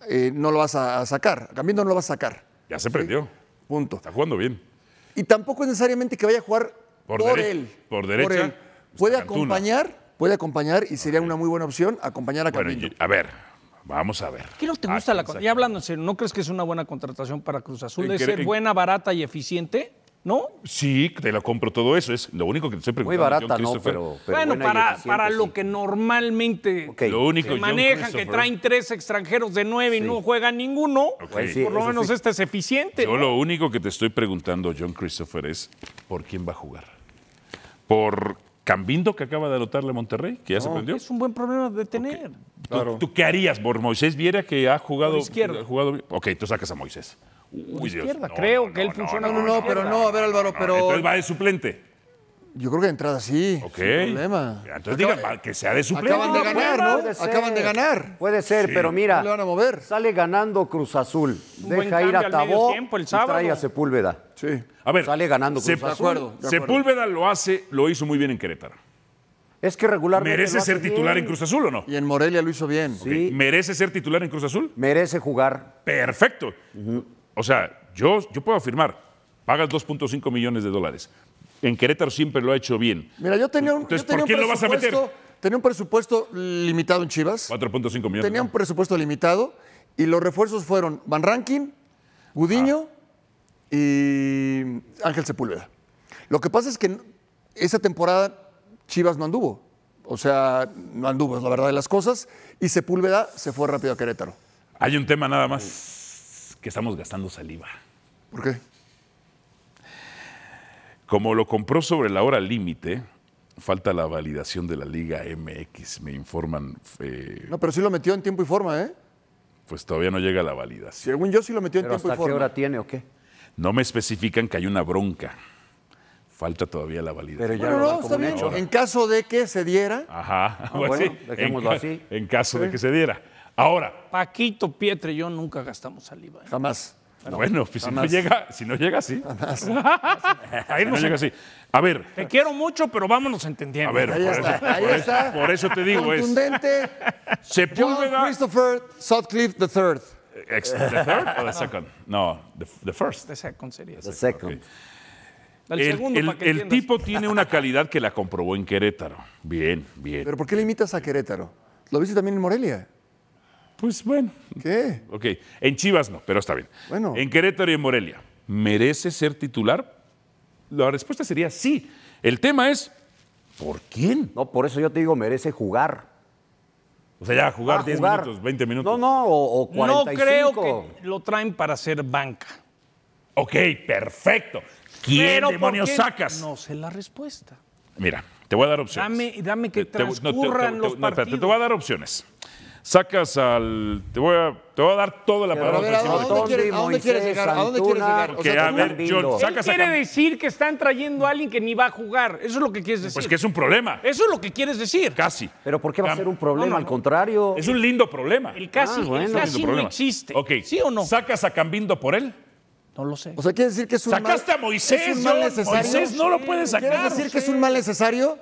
Speaker 8: eh, no lo vas a, a sacar, a Cambindo no lo vas a sacar,
Speaker 2: Ya se prendió.
Speaker 8: punto.
Speaker 2: Está jugando bien.
Speaker 8: Y tampoco es necesariamente que vaya a jugar
Speaker 2: Por
Speaker 8: por,
Speaker 2: dere-
Speaker 8: él.
Speaker 2: por derecha,
Speaker 8: él. Puede
Speaker 2: está Antuna.
Speaker 8: acompañar, puede acompañar y sería una muy buena opción acompañar a
Speaker 2: Bueno,
Speaker 8: Cambindo.
Speaker 2: y- Ah. a ver, vamos a ver.
Speaker 4: ¿Qué no te
Speaker 2: ¿A
Speaker 4: gusta la
Speaker 2: quién
Speaker 4: con-
Speaker 2: saca?
Speaker 4: Ya hablando en serio, ¿no crees que es una buena contratación para Cruz Azul?
Speaker 2: En
Speaker 4: ¿De
Speaker 2: Quere-
Speaker 4: ser
Speaker 2: en-
Speaker 4: buena, barata y eficiente? ¿no?
Speaker 2: Sí, te lo compro todo eso. Es lo único que te estoy
Speaker 5: Muy
Speaker 2: preguntando.
Speaker 5: barata,
Speaker 2: John
Speaker 5: no,
Speaker 2: Pues, Christopher.
Speaker 5: pero, pero
Speaker 4: bueno,
Speaker 5: buena y
Speaker 4: para,
Speaker 5: eficiente,
Speaker 4: para
Speaker 5: sí.
Speaker 4: lo que normalmente
Speaker 5: Ok.
Speaker 2: Lo único,
Speaker 4: se
Speaker 2: John
Speaker 4: manejan, que
Speaker 2: Christopher.
Speaker 4: traen tres extranjeros de nueve y no juegan ninguno,
Speaker 5: Pues sí,
Speaker 4: por lo
Speaker 5: eso
Speaker 4: menos
Speaker 5: sí.
Speaker 4: este es eficiente.
Speaker 2: Yo lo único que te estoy preguntando, John Christopher, es ¿por quién va a jugar? ¿Por Cambindo, que acaba de anotarle a Monterrey, que ya se prendió?
Speaker 4: Es un buen problema de tener.
Speaker 2: ¿Tú, tú qué harías por Moisés Viera que ha jugado...
Speaker 4: Por izquierda.
Speaker 2: ha jugado bien? ok, tú sacas a Moisés. Uy, Dios.
Speaker 4: izquierda, creo que él funciona
Speaker 8: No, no, no, pero no, a ver, Álvaro, pero-
Speaker 2: Entonces va de suplente.
Speaker 8: Yo creo que de entrada sí.
Speaker 2: Ok.
Speaker 8: Sin problema.
Speaker 2: Entonces digan va, que sea de suplente.
Speaker 8: Acaban de ganar,
Speaker 5: Puede
Speaker 8: ¿no?
Speaker 5: ser.
Speaker 8: Acaban de ganar.
Speaker 5: Puede ser, pero mira.
Speaker 8: No le van a mover.
Speaker 5: Sale ganando Cruz Azul.
Speaker 4: Un buen
Speaker 5: Deja ir
Speaker 4: cambio
Speaker 5: a
Speaker 4: al medio
Speaker 5: Tabó
Speaker 4: tiempo el
Speaker 5: y
Speaker 4: sábado.
Speaker 5: trae a Sepúlveda.
Speaker 8: Sí.
Speaker 2: A ver,
Speaker 5: Sale ganando Cruz
Speaker 2: Sepúlveda-
Speaker 5: Azul.
Speaker 8: De acuerdo, de acuerdo.
Speaker 2: Sepúlveda lo hace, lo hizo muy bien en Querétaro.
Speaker 5: Es que regularmente.
Speaker 2: ¿Merece
Speaker 5: lo hace
Speaker 2: ser titular
Speaker 5: bien.
Speaker 2: en Cruz Azul o no?
Speaker 8: Y en Morelia lo hizo bien.
Speaker 5: Sí,
Speaker 2: ¿Merece ser titular en Cruz Azul?
Speaker 5: merece jugar.
Speaker 2: Perfecto. O sea, yo, yo puedo afirmar, pagas 2.5 millones de dólares. En Querétaro siempre lo ha hecho bien.
Speaker 8: Mira, yo tenía un,
Speaker 2: Entonces,
Speaker 8: yo tenía
Speaker 2: ¿por
Speaker 8: un
Speaker 2: quién lo vas a meter?
Speaker 8: presupuesto- Tenía un presupuesto limitado en Chivas.
Speaker 2: 4.5 millones.
Speaker 8: Tenía un
Speaker 2: ¿no?
Speaker 8: presupuesto limitado y los refuerzos fueron Van Rankin, Gudiño y Ángel Sepúlveda. Lo que pasa es que n- esa temporada Chivas no anduvo. O sea, no anduvo, es la verdad de las cosas. Y Sepúlveda se fue rápido a Querétaro.
Speaker 2: Hay un tema nada más que estamos gastando saliva.
Speaker 8: ¿Por qué?
Speaker 2: Como lo compró sobre la hora límite, falta la validación de la Liga MX, me informan. eh,
Speaker 8: No, pero sí lo metió en tiempo y forma, ¿eh?
Speaker 2: Pues todavía no llega la validación.
Speaker 8: Según yo sí lo metió en
Speaker 5: Pero
Speaker 8: tiempo
Speaker 5: ¿hasta
Speaker 8: y
Speaker 5: qué
Speaker 8: forma.
Speaker 5: hora tiene o qué?
Speaker 2: No me especifican que hay una bronca. Falta todavía la validación.
Speaker 5: Pero ya
Speaker 8: Bueno,
Speaker 5: lo dan
Speaker 8: no, está
Speaker 5: como un
Speaker 8: bien.
Speaker 5: hecho.
Speaker 8: En caso de que se diera,
Speaker 2: Ajá.
Speaker 5: Ah, bueno,
Speaker 2: sí,
Speaker 5: dejémoslo
Speaker 2: en ca-
Speaker 5: así.
Speaker 2: En caso de que se diera. Ahora,
Speaker 4: Paquito, Pietre y yo nunca gastamos saliva. ¿eh?
Speaker 8: jamás.
Speaker 2: Bueno, pues si no llega, si no llega, sí. Ahí no llega así. A ver,
Speaker 4: Te quiero mucho, pero vámonos entendiendo.
Speaker 2: a ver, por
Speaker 8: Ahí
Speaker 2: eso,
Speaker 8: está, ahí
Speaker 2: por eso-
Speaker 8: está.
Speaker 2: por eso te digo, es
Speaker 8: Contundente. John
Speaker 2: Sepúlveda.
Speaker 8: Christopher Sutcliffe III.
Speaker 2: Ex- ¿The third or the second? No, the, the first.
Speaker 4: De second sería.
Speaker 5: The second.
Speaker 4: El,
Speaker 2: El,
Speaker 4: segundo,
Speaker 2: el-
Speaker 4: para que
Speaker 2: el
Speaker 4: entiendas.
Speaker 2: tipo tiene una calidad que la comprobó en Querétaro. Bien, bien.
Speaker 8: ¿Pero por qué limitas a Querétaro? Lo viste también en Morelia.
Speaker 2: pues bueno,
Speaker 8: ¿Qué?
Speaker 2: ok. En Chivas no, pero está bien.
Speaker 8: Bueno.
Speaker 2: En Querétaro y en Morelia, ¿merece ser titular? La respuesta sería sí. El tema es, ¿por quién?
Speaker 5: No, por eso yo te digo, merece jugar.
Speaker 2: O sea, ya jugar
Speaker 5: Ah,
Speaker 2: 10
Speaker 5: jugar.
Speaker 2: minutos, 20 minutos.
Speaker 5: No, no, o, o
Speaker 4: No
Speaker 5: 45.
Speaker 4: creo que lo traen para ser banca.
Speaker 2: Ok, perfecto. ¿Quién
Speaker 4: Pero ¿por
Speaker 2: demonios
Speaker 4: qué?
Speaker 2: sacas?
Speaker 4: No sé la respuesta.
Speaker 2: Mira, te voy a dar opciones. Eh,
Speaker 4: Dame, dame que
Speaker 2: Te- te- no, te- te-
Speaker 4: transcurran
Speaker 2: te-
Speaker 4: los
Speaker 2: no, espérate,
Speaker 4: partidos.
Speaker 2: te voy a dar opciones. Sacas al. Te voy a, te voy a dar toda la
Speaker 8: Pero
Speaker 2: palabra.
Speaker 8: a ver, ¿a
Speaker 2: ofensiva.
Speaker 8: dónde
Speaker 5: Rotondi,
Speaker 8: quieres- a dónde quieres
Speaker 5: Moisés,
Speaker 8: llegar? ¿A dónde quieres
Speaker 5: Antuna,
Speaker 8: llegar? O sea,
Speaker 2: Que, a
Speaker 8: tú-
Speaker 2: ver, John,
Speaker 5: Cambindo.
Speaker 4: Él
Speaker 2: sacas a
Speaker 4: quiere
Speaker 2: Cam-
Speaker 4: decir que están trayendo a alguien que ni va a jugar. Eso es lo que quieres decir.
Speaker 2: Pues que es un problema.
Speaker 4: Eso es lo que quieres decir.
Speaker 2: Casi.
Speaker 5: Pero ¿por qué va a
Speaker 2: Cam-
Speaker 5: ser un problema?
Speaker 4: no, no.
Speaker 5: Al contrario.
Speaker 2: Es un lindo problema.
Speaker 4: El casi,
Speaker 5: Ah, bueno.
Speaker 4: el
Speaker 2: Es un
Speaker 4: casi
Speaker 2: lindo
Speaker 4: no
Speaker 2: problema.
Speaker 4: existe.
Speaker 2: Ok.
Speaker 4: ¿Sí o no?
Speaker 2: ¿Sacas a Cambindo por él?
Speaker 4: No lo sé.
Speaker 8: O sea, ¿quieres decir que es un
Speaker 2: Sacaste a
Speaker 8: mal,
Speaker 2: Moisés,
Speaker 8: es un mal
Speaker 2: John.
Speaker 8: necesario?
Speaker 2: Moisés no lo puedes sacar.
Speaker 8: ¿Quieres decir que es un mal necesario?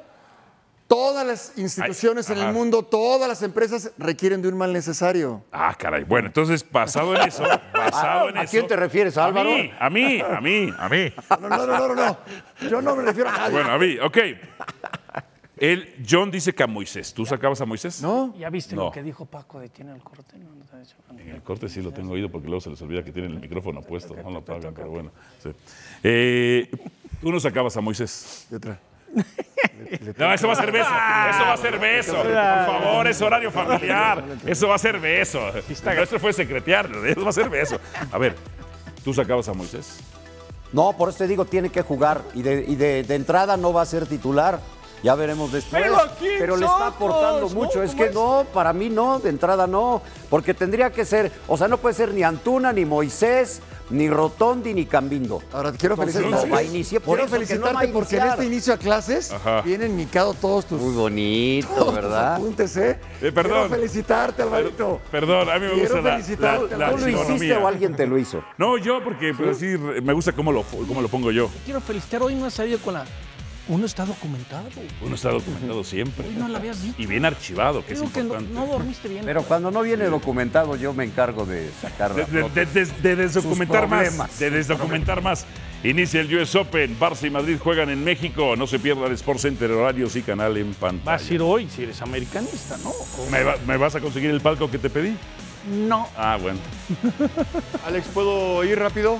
Speaker 8: Todas las instituciones
Speaker 2: Ay, ah.
Speaker 8: en
Speaker 2: ajá.
Speaker 8: el mundo, todas las empresas requieren de un mal necesario.
Speaker 2: Ah, caray. Bueno, entonces, basado en eso, basado
Speaker 8: Ah,
Speaker 2: en
Speaker 5: ¿A
Speaker 2: eso-
Speaker 5: quién te refieres, Álvaro?
Speaker 2: A mí, a mí, a mí, a mí.
Speaker 8: No, no, no, no, no. no. Yo no me refiero a nadie.
Speaker 2: Ah, Bueno, a mí, ok. El John dice que a Moisés. ¿Tú sacabas a Moisés?
Speaker 8: ¿No?
Speaker 4: ¿Ya viste
Speaker 2: No.
Speaker 4: lo que dijo Paco de tiene el corte? No, no te ha hecho-
Speaker 2: En el corte sí lo tengo oído porque luego se les olvida que tienen el micrófono puesto. No lo pagan, pero bueno. sí. Eh, tú no sacabas a Moisés.
Speaker 8: Y otra.
Speaker 2: No, eso va a ser beso.
Speaker 4: Ah.
Speaker 2: Eso va a ser beso. Por favor, es horario familiar. Eso va a ser beso. El nuestro fue secretear. Eso va a ser beso. A ver, tú sacabas a Moisés.
Speaker 5: No, por eso te digo, tiene que jugar. Y de, y de- de entrada no va a ser titular. Ya veremos después.
Speaker 4: Pero aquí
Speaker 5: Pero le está
Speaker 4: sacos,
Speaker 5: aportando
Speaker 4: ¿no?
Speaker 5: mucho. Es
Speaker 4: ¿Cómo
Speaker 5: que
Speaker 4: es?
Speaker 5: no, para mí no, de entrada no. Porque tendría que ser, o sea, no puede ser ni Antuna, ni Moisés, ni Rotondi, ni Cambindo.
Speaker 8: Ahora, quiero
Speaker 5: Entonces,
Speaker 8: felicitarte.
Speaker 5: no va a iniciar. Por
Speaker 8: quiero
Speaker 5: eso que no va a
Speaker 8: felicitarte porque en
Speaker 5: iniciar.
Speaker 8: este inicio a clases
Speaker 2: Ajá.
Speaker 8: vienen micado todos tus,
Speaker 5: Muy bonito,
Speaker 8: todos tus
Speaker 5: ¿verdad?
Speaker 8: apuntes, ¿eh?
Speaker 2: Eh,
Speaker 8: Quiero
Speaker 2: perdón.
Speaker 8: felicitarte, Alvarito.
Speaker 2: Perdón, a mí me
Speaker 8: Quiero
Speaker 2: gusta la- la,
Speaker 8: felicitarte.
Speaker 2: la
Speaker 5: ¿Tú lo hiciste
Speaker 2: economía.
Speaker 5: o alguien te lo hizo?
Speaker 2: No, yo porque pues, así re- me gusta cómo lo, cómo lo pongo yo.
Speaker 4: Quiero felicitar hoy no ha salido con la. Uno está documentado.
Speaker 2: Uno está documentado siempre.
Speaker 4: Hoy no lo habías dicho.
Speaker 2: Y bien archivado, que es
Speaker 4: Creo que no,
Speaker 2: importante.
Speaker 4: no dormiste bien.
Speaker 5: Pero cuando no viene documentado, yo me encargo de sacar
Speaker 2: De,
Speaker 5: las
Speaker 2: de-
Speaker 5: notas.
Speaker 2: de- de- de desdocumentar
Speaker 5: Sus
Speaker 2: más.
Speaker 5: problemas.
Speaker 2: De desdocumentar más. Inicia el US Open. Barça y Madrid juegan en México. No se pierda el Sports Center, horarios y canal en pantalla.
Speaker 4: Vas a ir hoy si eres americanista, ¿no? O-
Speaker 2: ¿Me, va- me vas a conseguir el palco que te pedí?
Speaker 4: No.
Speaker 2: Ah, bueno.
Speaker 8: Alex, ¿puedo ir rápido?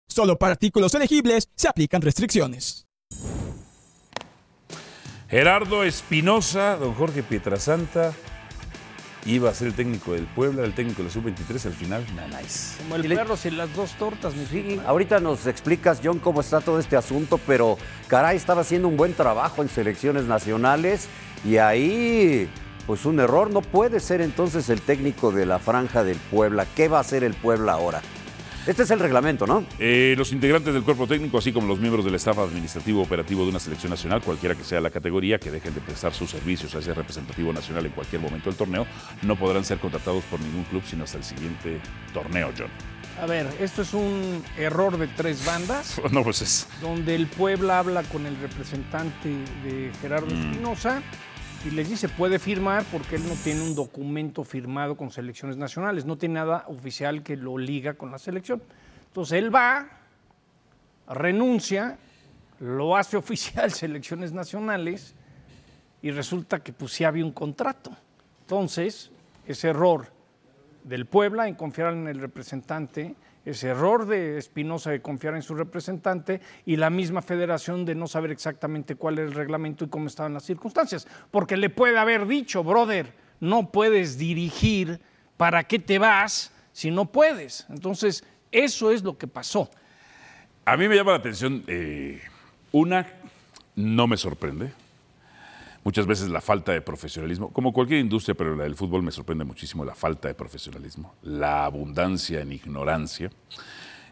Speaker 9: Solo para artículos elegibles se aplican restricciones.
Speaker 2: Gerardo Espinosa, don Jorge Pietrasanta, iba a ser el técnico del Puebla, el técnico de la sub-23, al final, Nanais.
Speaker 4: Como el
Speaker 5: Y le-
Speaker 4: perro sin las dos tortas, mi
Speaker 5: Sí,
Speaker 4: chico.
Speaker 5: ahorita nos explicas, John, cómo está todo este asunto, pero caray, estaba haciendo un buen trabajo en selecciones nacionales y ahí, pues un error, no puede ser entonces el técnico de la franja del Puebla. ¿Qué va a hacer el Puebla ahora? Este es el reglamento, ¿no?
Speaker 2: Eh, los integrantes del cuerpo técnico, así como los miembros del staff administrativo operativo de una selección nacional, cualquiera que sea la categoría, que dejen de prestar sus servicios a ese representativo nacional en cualquier momento del torneo, no podrán ser contratados por ningún club sino hasta el siguiente torneo, John.
Speaker 4: A ver, esto es un error de tres bandas,
Speaker 2: No, pues es.
Speaker 4: donde el Puebla habla con el representante de Gerardo Espinosa y les dice, puede firmar porque él no tiene un documento firmado con selecciones nacionales, no tiene nada oficial que lo liga con la selección. Entonces él va, renuncia, lo hace oficial selecciones nacionales y resulta que pues sí había un contrato. Entonces, ese error del Puebla en confiar en el representante, ese error de Espinosa de confiar en su representante y la misma federación de no saber exactamente cuál era el reglamento y cómo estaban las circunstancias. Porque le puede haber dicho, brother, no puedes dirigir, ¿para qué te vas si no puedes? Entonces, eso es lo que pasó.
Speaker 2: A mí me llama la atención, eh, una, no me sorprende. Muchas veces la falta de profesionalismo, como cualquier industria, pero la del fútbol me sorprende muchísimo la falta de profesionalismo, la abundancia en ignorancia.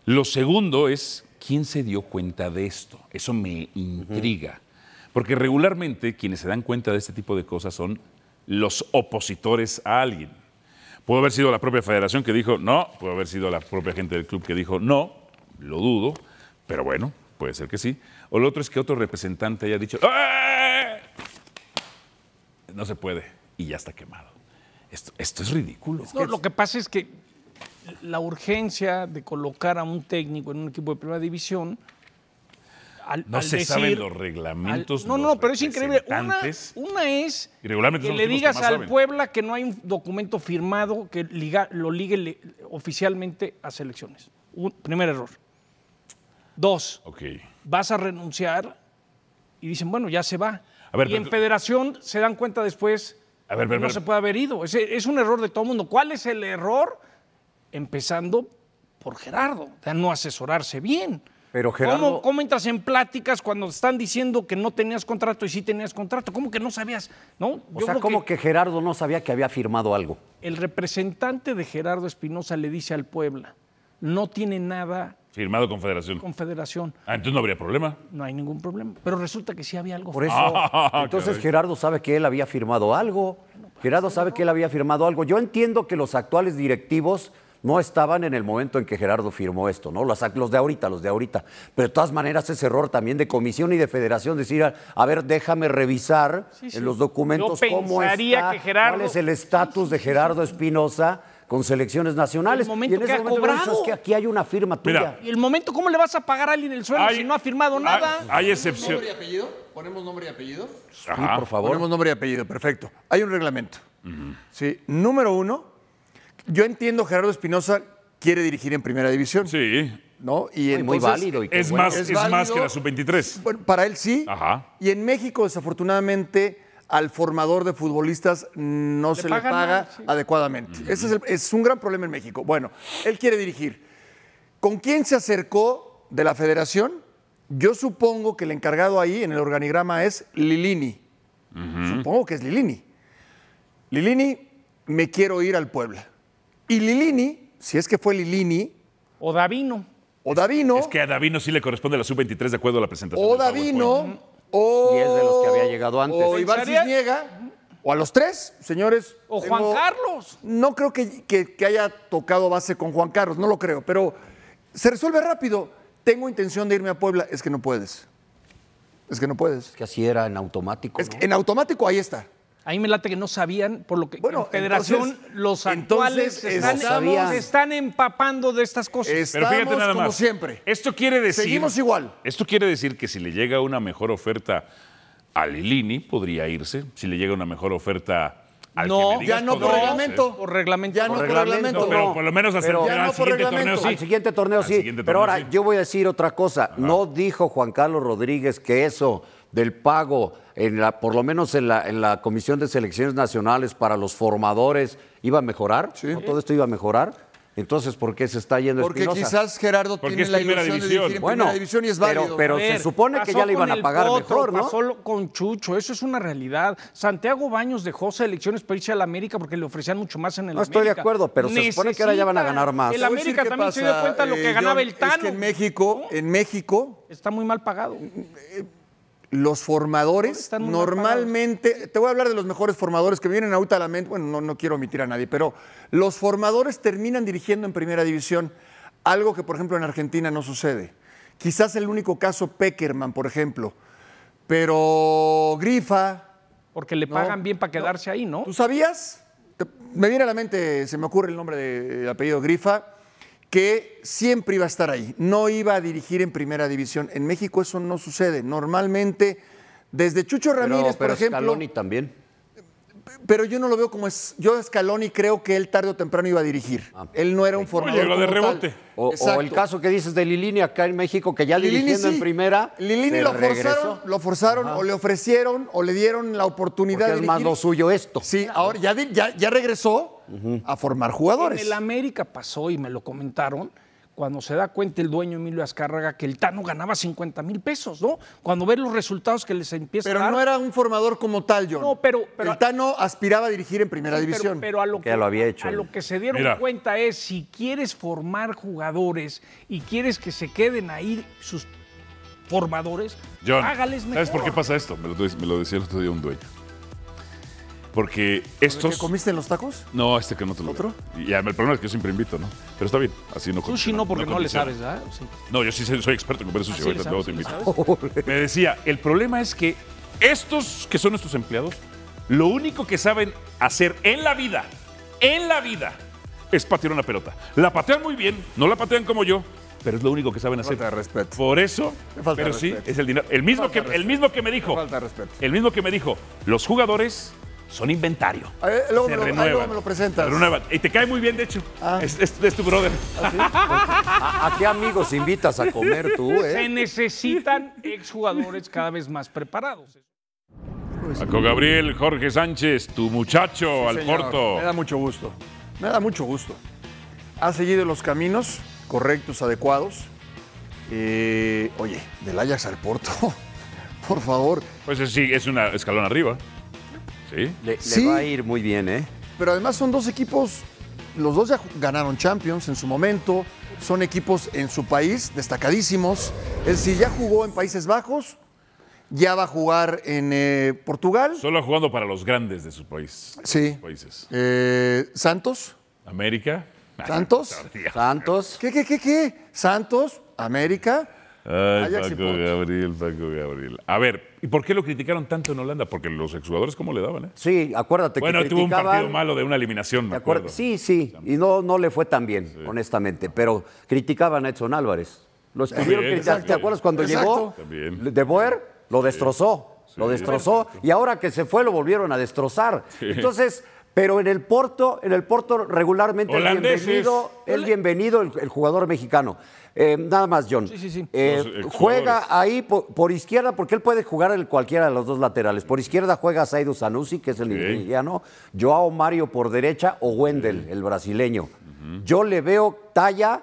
Speaker 2: Lo segundo es, ¿quién se dio cuenta de esto? Eso me intriga, porque regularmente quienes se dan cuenta de este tipo de cosas son los opositores a alguien. Pudo haber sido la propia federación que dijo no, pudo haber sido la propia gente del club que dijo no, lo dudo, pero bueno, puede ser que sí. O lo otro es que otro representante haya dicho, "¡Ah! no se puede, y ya está quemado. Esto, esto es ridículo.
Speaker 4: No, lo que pasa es que la urgencia de colocar a un técnico en un equipo de primera división. al-
Speaker 2: No
Speaker 4: al
Speaker 2: se
Speaker 4: decir-
Speaker 2: saben los reglamentos,
Speaker 4: al- no,
Speaker 2: los
Speaker 4: no, pero es increíble. Una,
Speaker 2: representantes.
Speaker 4: una es
Speaker 2: Y regularmente
Speaker 4: que
Speaker 2: son
Speaker 4: le
Speaker 2: los tipos que
Speaker 4: digas
Speaker 2: más
Speaker 4: al
Speaker 2: saben.
Speaker 4: Puebla que no hay un documento firmado que liga- lo ligue le- oficialmente a selecciones. Un- primer error. Dos,
Speaker 2: Ok.
Speaker 4: vas a renunciar y dicen, bueno, ya se va.
Speaker 2: A ver,
Speaker 4: y
Speaker 2: pero
Speaker 4: en
Speaker 2: tú-
Speaker 4: federación se dan cuenta después
Speaker 2: A ver,
Speaker 4: que
Speaker 2: ver,
Speaker 4: no
Speaker 2: ver.
Speaker 4: se puede haber ido. Es, es un error de todo el mundo. ¿Cuál es el error? Empezando por Gerardo, de no asesorarse bien.
Speaker 5: Pero
Speaker 4: ¿Cómo,
Speaker 5: Gerardo-
Speaker 4: cómo entras en pláticas cuando están diciendo que no tenías contrato y sí tenías contrato? ¿Cómo que no sabías? ¿No?
Speaker 5: O
Speaker 4: Yo
Speaker 5: sea,
Speaker 4: creo
Speaker 5: como que... Gerardo no sabía que había firmado algo.
Speaker 4: el representante de Gerardo Espinosa le dice al Puebla, no tiene nada
Speaker 2: Firmado con Federación.
Speaker 4: con Federación,
Speaker 2: Ah, entonces no habría problema.
Speaker 4: no hay ningún problema. Pero resulta que sí había algo.
Speaker 5: Por eso,
Speaker 2: Ah,
Speaker 5: entonces
Speaker 2: caray.
Speaker 5: Gerardo sabe que él había firmado algo. Gerardo sabe que él había firmado algo. Yo entiendo que los actuales directivos no estaban en el momento en que Gerardo firmó esto, ¿no? Los, ac- los de ahorita, los de ahorita. Pero de todas maneras es error también de comisión y de federación decir, a, a ver, déjame revisar
Speaker 4: Sí, sí.
Speaker 5: en los documentos
Speaker 4: Yo
Speaker 5: cómo
Speaker 4: pensaría
Speaker 5: está,
Speaker 4: que Gerardo-
Speaker 5: cuál es el estatus de Gerardo Espinosa con selecciones nacionales.
Speaker 4: El momento
Speaker 5: y en
Speaker 4: que
Speaker 5: ese
Speaker 4: ha
Speaker 5: momento hubiera dicho,
Speaker 4: cobrado.
Speaker 5: es que aquí hay una firma tuya.
Speaker 2: Mira,
Speaker 4: ¿Y el momento cómo le vas a pagar a alguien el sueldo
Speaker 2: Hay-
Speaker 4: si no ha firmado
Speaker 2: hay-
Speaker 4: nada?
Speaker 2: Hay excepción.
Speaker 8: ¿Nombre y apellido? ¿Ponemos nombre y apellido?
Speaker 5: Sí, por favor.
Speaker 8: Ponemos nombre y apellido, perfecto. Hay un reglamento. Sí, número uno, yo entiendo Gerardo Espinosa quiere dirigir en primera división,
Speaker 2: Sí.
Speaker 8: ¿no? Y
Speaker 5: Muy
Speaker 8: entonces-
Speaker 5: válido. y qué
Speaker 2: Es
Speaker 5: bueno.
Speaker 2: más,
Speaker 8: Es
Speaker 2: es más
Speaker 8: válido.
Speaker 2: que la sub-23.
Speaker 8: Bueno, para él sí.
Speaker 2: Ajá.
Speaker 8: Y en México, desafortunadamente, al formador de futbolistas no se le
Speaker 4: pagan
Speaker 8: paga
Speaker 4: mal, sí.
Speaker 8: adecuadamente. Ese es, el- es un gran problema en México. Bueno, él quiere dirigir. ¿Con quién se acercó de la federación? Yo supongo que el encargado ahí en el organigrama es Lilini. supongo que es Lilini. Lilini, me quiero ir al Puebla. Y Lilini, si es que fue Lilini,
Speaker 4: O Davino.
Speaker 8: o Davino,
Speaker 2: Es que a Davino sí le corresponde la sub-23 de acuerdo a la presentación.
Speaker 8: o
Speaker 2: del PowerPoint.
Speaker 8: Davino, o...
Speaker 5: Y es de los que había llegado antes.
Speaker 8: O Iván
Speaker 4: Pensaría-
Speaker 8: Cisniega, o a los tres, señores.
Speaker 4: O Juan
Speaker 8: tengo-
Speaker 4: Carlos.
Speaker 8: No creo que, que- que haya tocado base con Juan Carlos, no lo creo, pero se resuelve rápido. Tengo intención de irme a Puebla, es que no puedes. Es que no puedes.
Speaker 5: Que así era en automático.
Speaker 8: Es
Speaker 5: ¿no?
Speaker 8: que en automático ahí está.
Speaker 4: Ahí me late que no sabían, por lo que
Speaker 8: Bueno,
Speaker 4: en Federación
Speaker 8: entonces-
Speaker 4: los
Speaker 8: entonces
Speaker 4: actuales se están,
Speaker 5: estamos-
Speaker 4: se están empapando de estas cosas.
Speaker 2: Pero
Speaker 8: Estamos
Speaker 2: fíjate nada más.
Speaker 8: como siempre.
Speaker 2: Esto quiere decir.
Speaker 8: Seguimos igual.
Speaker 2: Esto quiere decir que si le llega una mejor oferta a Lilini, podría irse. Si le llega una mejor oferta al
Speaker 4: No,
Speaker 2: que me digas,
Speaker 8: ya no por
Speaker 2: podría irse.
Speaker 8: reglamento.
Speaker 4: por reglamento.
Speaker 8: Ya no por reglamento.
Speaker 2: No, pero por lo menos hasta
Speaker 5: Pero-
Speaker 2: el-
Speaker 8: Ya
Speaker 2: al
Speaker 8: no por
Speaker 2: siguiente torneo
Speaker 8: reglamento.
Speaker 2: sí.
Speaker 5: Al siguiente torneo
Speaker 2: Al
Speaker 5: sí.
Speaker 2: siguiente
Speaker 5: pero
Speaker 2: torneo
Speaker 5: ahora
Speaker 2: sí.
Speaker 5: yo voy a decir otra cosa. No dijo Juan Carlos Rodríguez que eso del pago, en la, por lo menos en la, en la Comisión de Selecciones Nacionales para los formadores, iba a mejorar. ¿No? ¿Todo esto iba a mejorar? Entonces, ¿por qué se está yendo
Speaker 8: Porque
Speaker 5: Espinosa?
Speaker 8: quizás Gerardo
Speaker 2: Porque es
Speaker 8: tiene la
Speaker 2: primera
Speaker 8: ilusión de
Speaker 2: división.
Speaker 8: dirigir en
Speaker 5: Bueno,
Speaker 8: primera división y es
Speaker 5: pero-
Speaker 8: válido.
Speaker 5: pero-
Speaker 4: A
Speaker 5: se supone que
Speaker 4: pasó
Speaker 5: ya le iban
Speaker 4: con
Speaker 5: a
Speaker 4: el
Speaker 5: pagar mejor, ¿no?
Speaker 4: Pasó lo- con Chucho, eso es una realidad. Santiago Baños dejó selecciones para irse al América porque le ofrecían mucho más en el
Speaker 5: No
Speaker 4: América.
Speaker 5: estoy de acuerdo, pero se supone que ahora ya van a ganar más.
Speaker 4: El
Speaker 8: Te voy a decir
Speaker 4: América
Speaker 8: Pues, qué
Speaker 4: también se
Speaker 8: pasa,
Speaker 4: dio cuenta de lo
Speaker 8: eh,
Speaker 4: que ganaba
Speaker 8: John,
Speaker 4: el Tano.
Speaker 8: Es que en México, en México,
Speaker 4: Está muy mal pagado.
Speaker 8: los
Speaker 4: Ahora
Speaker 8: formadores
Speaker 4: están muy mal
Speaker 8: normalmente, te voy a hablar de los mejores formadores que me vienen ahorita a la mente, bueno, no, no quiero omitir a nadie, pero los formadores terminan dirigiendo en primera división, algo que por ejemplo en Argentina no sucede. Quizás el único caso Peckerman, por ejemplo, pero Grifa,
Speaker 4: Porque le
Speaker 8: No,
Speaker 4: pagan bien para quedarse ahí, ¿no?
Speaker 8: ¿Tú sabías? Te- Me viene a la mente, se me ocurre el nombre del apellido Grifa, que siempre iba a estar ahí. No iba a dirigir en primera división. En México eso no sucede. Normalmente, desde Chucho
Speaker 5: Pero-
Speaker 8: Ramírez,
Speaker 5: pero
Speaker 8: por ejemplo.
Speaker 5: Scaloni también.
Speaker 8: Pero yo no lo veo como es. Yo a Scaloni creo que él tarde o temprano iba a dirigir.
Speaker 5: Ah,
Speaker 8: Él no era un formador.
Speaker 2: llegó de
Speaker 8: como tal.
Speaker 2: rebote.
Speaker 5: O, o
Speaker 8: Exacto.
Speaker 5: el caso que dices de Lilini acá en México, que ya
Speaker 8: Lilini
Speaker 5: dirigiendo
Speaker 8: sí.
Speaker 5: en primera.
Speaker 8: Lilini
Speaker 5: se
Speaker 8: lo
Speaker 5: regresó.
Speaker 8: forzaron, lo forzaron o le ofrecieron o le dieron la oportunidad
Speaker 5: Porque
Speaker 8: de
Speaker 5: es más
Speaker 8: dirigir.
Speaker 5: lo suyo esto.
Speaker 8: Sí, ahora ya, di- ya, ya regresó a formar jugadores.
Speaker 4: En el América pasó, y me lo comentaron, cuando se da cuenta el dueño Emilio Azcárraga que el Tano ganaba 50 mil pesos, ¿no? Cuando ve los resultados que les empieza a
Speaker 8: Pero
Speaker 4: dar.
Speaker 8: no era un formador como tal, John.
Speaker 4: No, pero- pero-
Speaker 8: el Tano aspiraba a dirigir en primera
Speaker 4: Sí, pero-
Speaker 8: división.
Speaker 4: Pero, a lo
Speaker 5: Que
Speaker 4: que,
Speaker 5: ya lo había hecho
Speaker 4: a
Speaker 5: él.
Speaker 4: lo que se dieron
Speaker 2: Mira.
Speaker 4: cuenta es si quieres formar jugadores y quieres que se queden ahí sus formadores,
Speaker 2: John,
Speaker 4: hágales mejor.
Speaker 2: ¿sabes por qué pasa esto? Me lo, me lo decía el otro día un dueño. Porque
Speaker 8: ¿Te
Speaker 2: estos.
Speaker 8: comiste en los tacos?
Speaker 2: No, este que no te lo
Speaker 8: ¿Otro?
Speaker 2: digo. Y además, el problema es que yo siempre invito, ¿no? Pero está bien, así no
Speaker 4: Sushi
Speaker 2: condiciona,
Speaker 4: no, porque no, le
Speaker 2: condiciona.
Speaker 4: sabes, ¿verdad? Sí.
Speaker 2: No, yo sí soy soy experto en comer sushi,
Speaker 4: Ah, sí
Speaker 2: ahorita
Speaker 4: le
Speaker 2: luego te
Speaker 4: sabes,
Speaker 2: invito.
Speaker 4: sí le
Speaker 2: Me decía, el problema es que estos que son nuestros empleados, lo único que saben hacer en la vida, en la vida, es patear una pelota. La patean muy bien, no la patean como yo, pero es lo único que saben hacer.
Speaker 8: Falta de respeto.
Speaker 2: Por eso,
Speaker 8: Me falta
Speaker 2: pero
Speaker 8: de
Speaker 2: sí,
Speaker 8: respeto.
Speaker 2: es el dinero. El mismo,
Speaker 8: Falta
Speaker 2: que,
Speaker 8: de
Speaker 2: el
Speaker 8: respeto.
Speaker 2: mismo que me dijo,
Speaker 8: Falta de respeto.
Speaker 2: el mismo que me dijo, los jugadores son inventario.
Speaker 8: A ver, Eh, luego
Speaker 2: se
Speaker 8: me lo- ahí
Speaker 2: renuevan,
Speaker 8: luego me lo presentas.
Speaker 2: se renuevan. Y te cae muy bien, de hecho.
Speaker 8: Ah.
Speaker 2: Es, es- es tu brother.
Speaker 5: ¿Ah, ¿A, a qué amigos invitas a comer tú, eh?
Speaker 4: Se necesitan exjugadores cada vez más preparados.
Speaker 2: Marco Gabriel, Jorge Sánchez, tu muchacho al
Speaker 8: Señor,
Speaker 2: Porto.
Speaker 8: Me da mucho gusto. Me da mucho gusto. Ha seguido los caminos correctos, adecuados. Eh, oye, del Ajax al Porto, por favor.
Speaker 2: Pues es- sí, es un escalón arriba. Sí.
Speaker 5: Le, le
Speaker 8: Sí.
Speaker 5: va a ir muy bien, ¿eh?
Speaker 8: Pero además son dos equipos, los dos ya ju- ganaron Champions en su momento, son equipos en su país destacadísimos. El si ya jugó en Países Bajos, ya va a jugar en eh, Portugal.
Speaker 2: Solo jugando para los grandes de sus país,
Speaker 8: Sí.
Speaker 2: países.
Speaker 8: Eh, Santos.
Speaker 2: América.
Speaker 8: ¿Santos?
Speaker 5: Santos.
Speaker 8: ¿Qué, qué, qué, qué? Santos, América.
Speaker 2: Ay,
Speaker 8: Ajax y
Speaker 2: Paco
Speaker 8: Porto.
Speaker 2: Gabriel, Paco Gabriel. A ver, ¿y por qué lo criticaron tanto en Holanda? Porque los exjugadores, ¿cómo le daban? Eh?
Speaker 5: Sí, acuérdate
Speaker 2: Bueno,
Speaker 5: que
Speaker 2: tuvo un partido
Speaker 5: criticaban-
Speaker 2: malo de una eliminación, me
Speaker 5: ¿Te
Speaker 2: acuerdo.
Speaker 5: acuerdas? Sí, sí, y no, no le fue tan bien, honestamente, pero criticaban a Edson Álvarez. Lo estuvieron
Speaker 2: También,
Speaker 5: criticando. ¿Te
Speaker 2: también.
Speaker 5: acuerdas cuando
Speaker 8: Exacto.
Speaker 5: llegó?
Speaker 2: También.
Speaker 5: De Boer lo destrozó, lo destrozó, y ahora que se fue lo volvieron a destrozar. Entonces, pero en el Porto, en el Porto regularmente es
Speaker 2: Holandeses.
Speaker 5: bienvenido, es bienvenido el, el jugador mexicano. Eh, nada más, John.
Speaker 4: sí, sí.
Speaker 5: Eh,
Speaker 2: Los exjugadores.
Speaker 5: juega ahí por, por izquierda, porque él puede jugar en cualquiera de los dos laterales. Por izquierda juega Saido Sanusi, que es el nigeriano, Joao Mario por derecha o Wendel, el brasileño. Yo le veo talla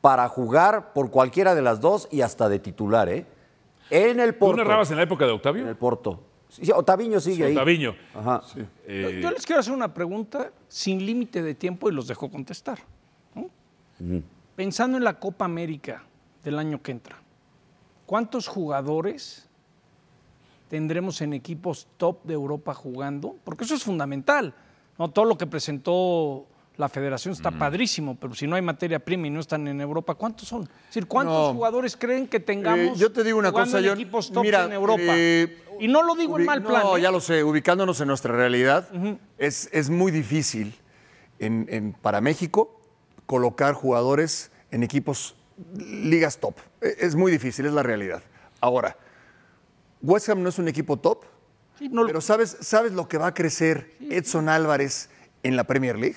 Speaker 5: para jugar por cualquiera de las dos y hasta de titular, ¿eh? En el
Speaker 2: ¿Tú
Speaker 5: Porto.
Speaker 2: narrabas en la época de Octavio?
Speaker 5: En el Porto. Sí, sí, Otaviño sigue ahí.
Speaker 2: Otaviño. Eh,
Speaker 5: Ajá.
Speaker 4: Yo- Yo les quiero hacer una pregunta sin límite de tiempo y los dejo contestar. ¿no? Pensando en la Copa América del año que entra, ¿cuántos jugadores tendremos en equipos top de Europa jugando? Porque eso es fundamental. ¿no? Todo lo que presentó la federación está
Speaker 5: Mm.
Speaker 4: padrísimo, pero si no hay materia prima y no están en Europa, ¿cuántos son? Es decir, ¿cuántos
Speaker 8: No.
Speaker 4: jugadores creen que tengamos
Speaker 8: Eh, yo te digo una
Speaker 4: jugando
Speaker 8: cosa,
Speaker 4: en
Speaker 8: yo-
Speaker 4: equipos top
Speaker 8: mira,
Speaker 4: en Europa?
Speaker 8: eh,
Speaker 4: y no lo digo en
Speaker 8: Ubi-
Speaker 4: mal
Speaker 8: no,
Speaker 4: plan. ¿eh?
Speaker 8: ya lo sé, ubicándonos en nuestra realidad, es, es muy difícil en- en- para México colocar jugadores en equipos ligas top. E- Es muy difícil, es la realidad. Ahora, West Ham no es un equipo top,
Speaker 4: Sí, no lo-
Speaker 8: pero ¿sabes, ¿sabes lo que va a crecer Edson Álvarez en la Premier League?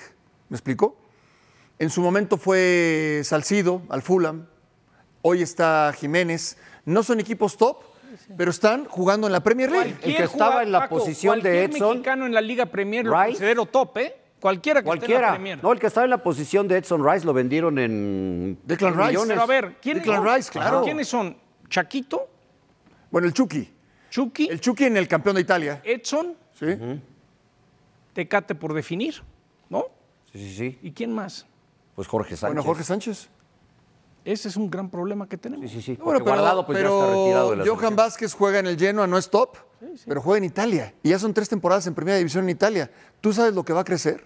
Speaker 8: ¿Me explico? En su momento fue Salcido al Fulham, hoy está Jiménez. No son equipos top, pero están jugando en la Premier League.
Speaker 5: El que estaba en la posición de
Speaker 4: cualquier
Speaker 5: Edson,
Speaker 4: mexicano en la Liga Premier lo
Speaker 5: Rice,
Speaker 4: considero top, ¿eh? Cualquiera que esté en la
Speaker 5: Cualquiera.
Speaker 4: Premier.
Speaker 5: No, el que estaba en la posición de Edson Rice lo vendieron en.
Speaker 8: Declan Rice.
Speaker 5: millones.
Speaker 4: Pero a ver, ¿quiénes,
Speaker 8: Declan
Speaker 4: son?
Speaker 8: Rice, claro.
Speaker 4: ¿quiénes son? Chaquito,
Speaker 8: Bueno, el Chucky.
Speaker 4: Chucky,
Speaker 8: El Chucky en el campeón de Italia.
Speaker 4: Edson,
Speaker 8: ¿sí?
Speaker 4: Tecate por definir, ¿no?
Speaker 5: Sí, sí, sí.
Speaker 4: ¿Y quién más?
Speaker 5: Pues Jorge Sánchez.
Speaker 8: Bueno, Jorge Sánchez.
Speaker 4: Ese es un gran problema que tenemos.
Speaker 5: Sí, sí, sí.
Speaker 8: Bueno,
Speaker 5: Porque Guardado pues ya está
Speaker 8: pero
Speaker 5: retirado de la
Speaker 8: Johan
Speaker 5: selección.
Speaker 8: Vázquez juega en el Genoa, no es top, pero juega en Italia. Y ya son tres temporadas en Primera División en Italia. ¿tú sabes lo que va a crecer?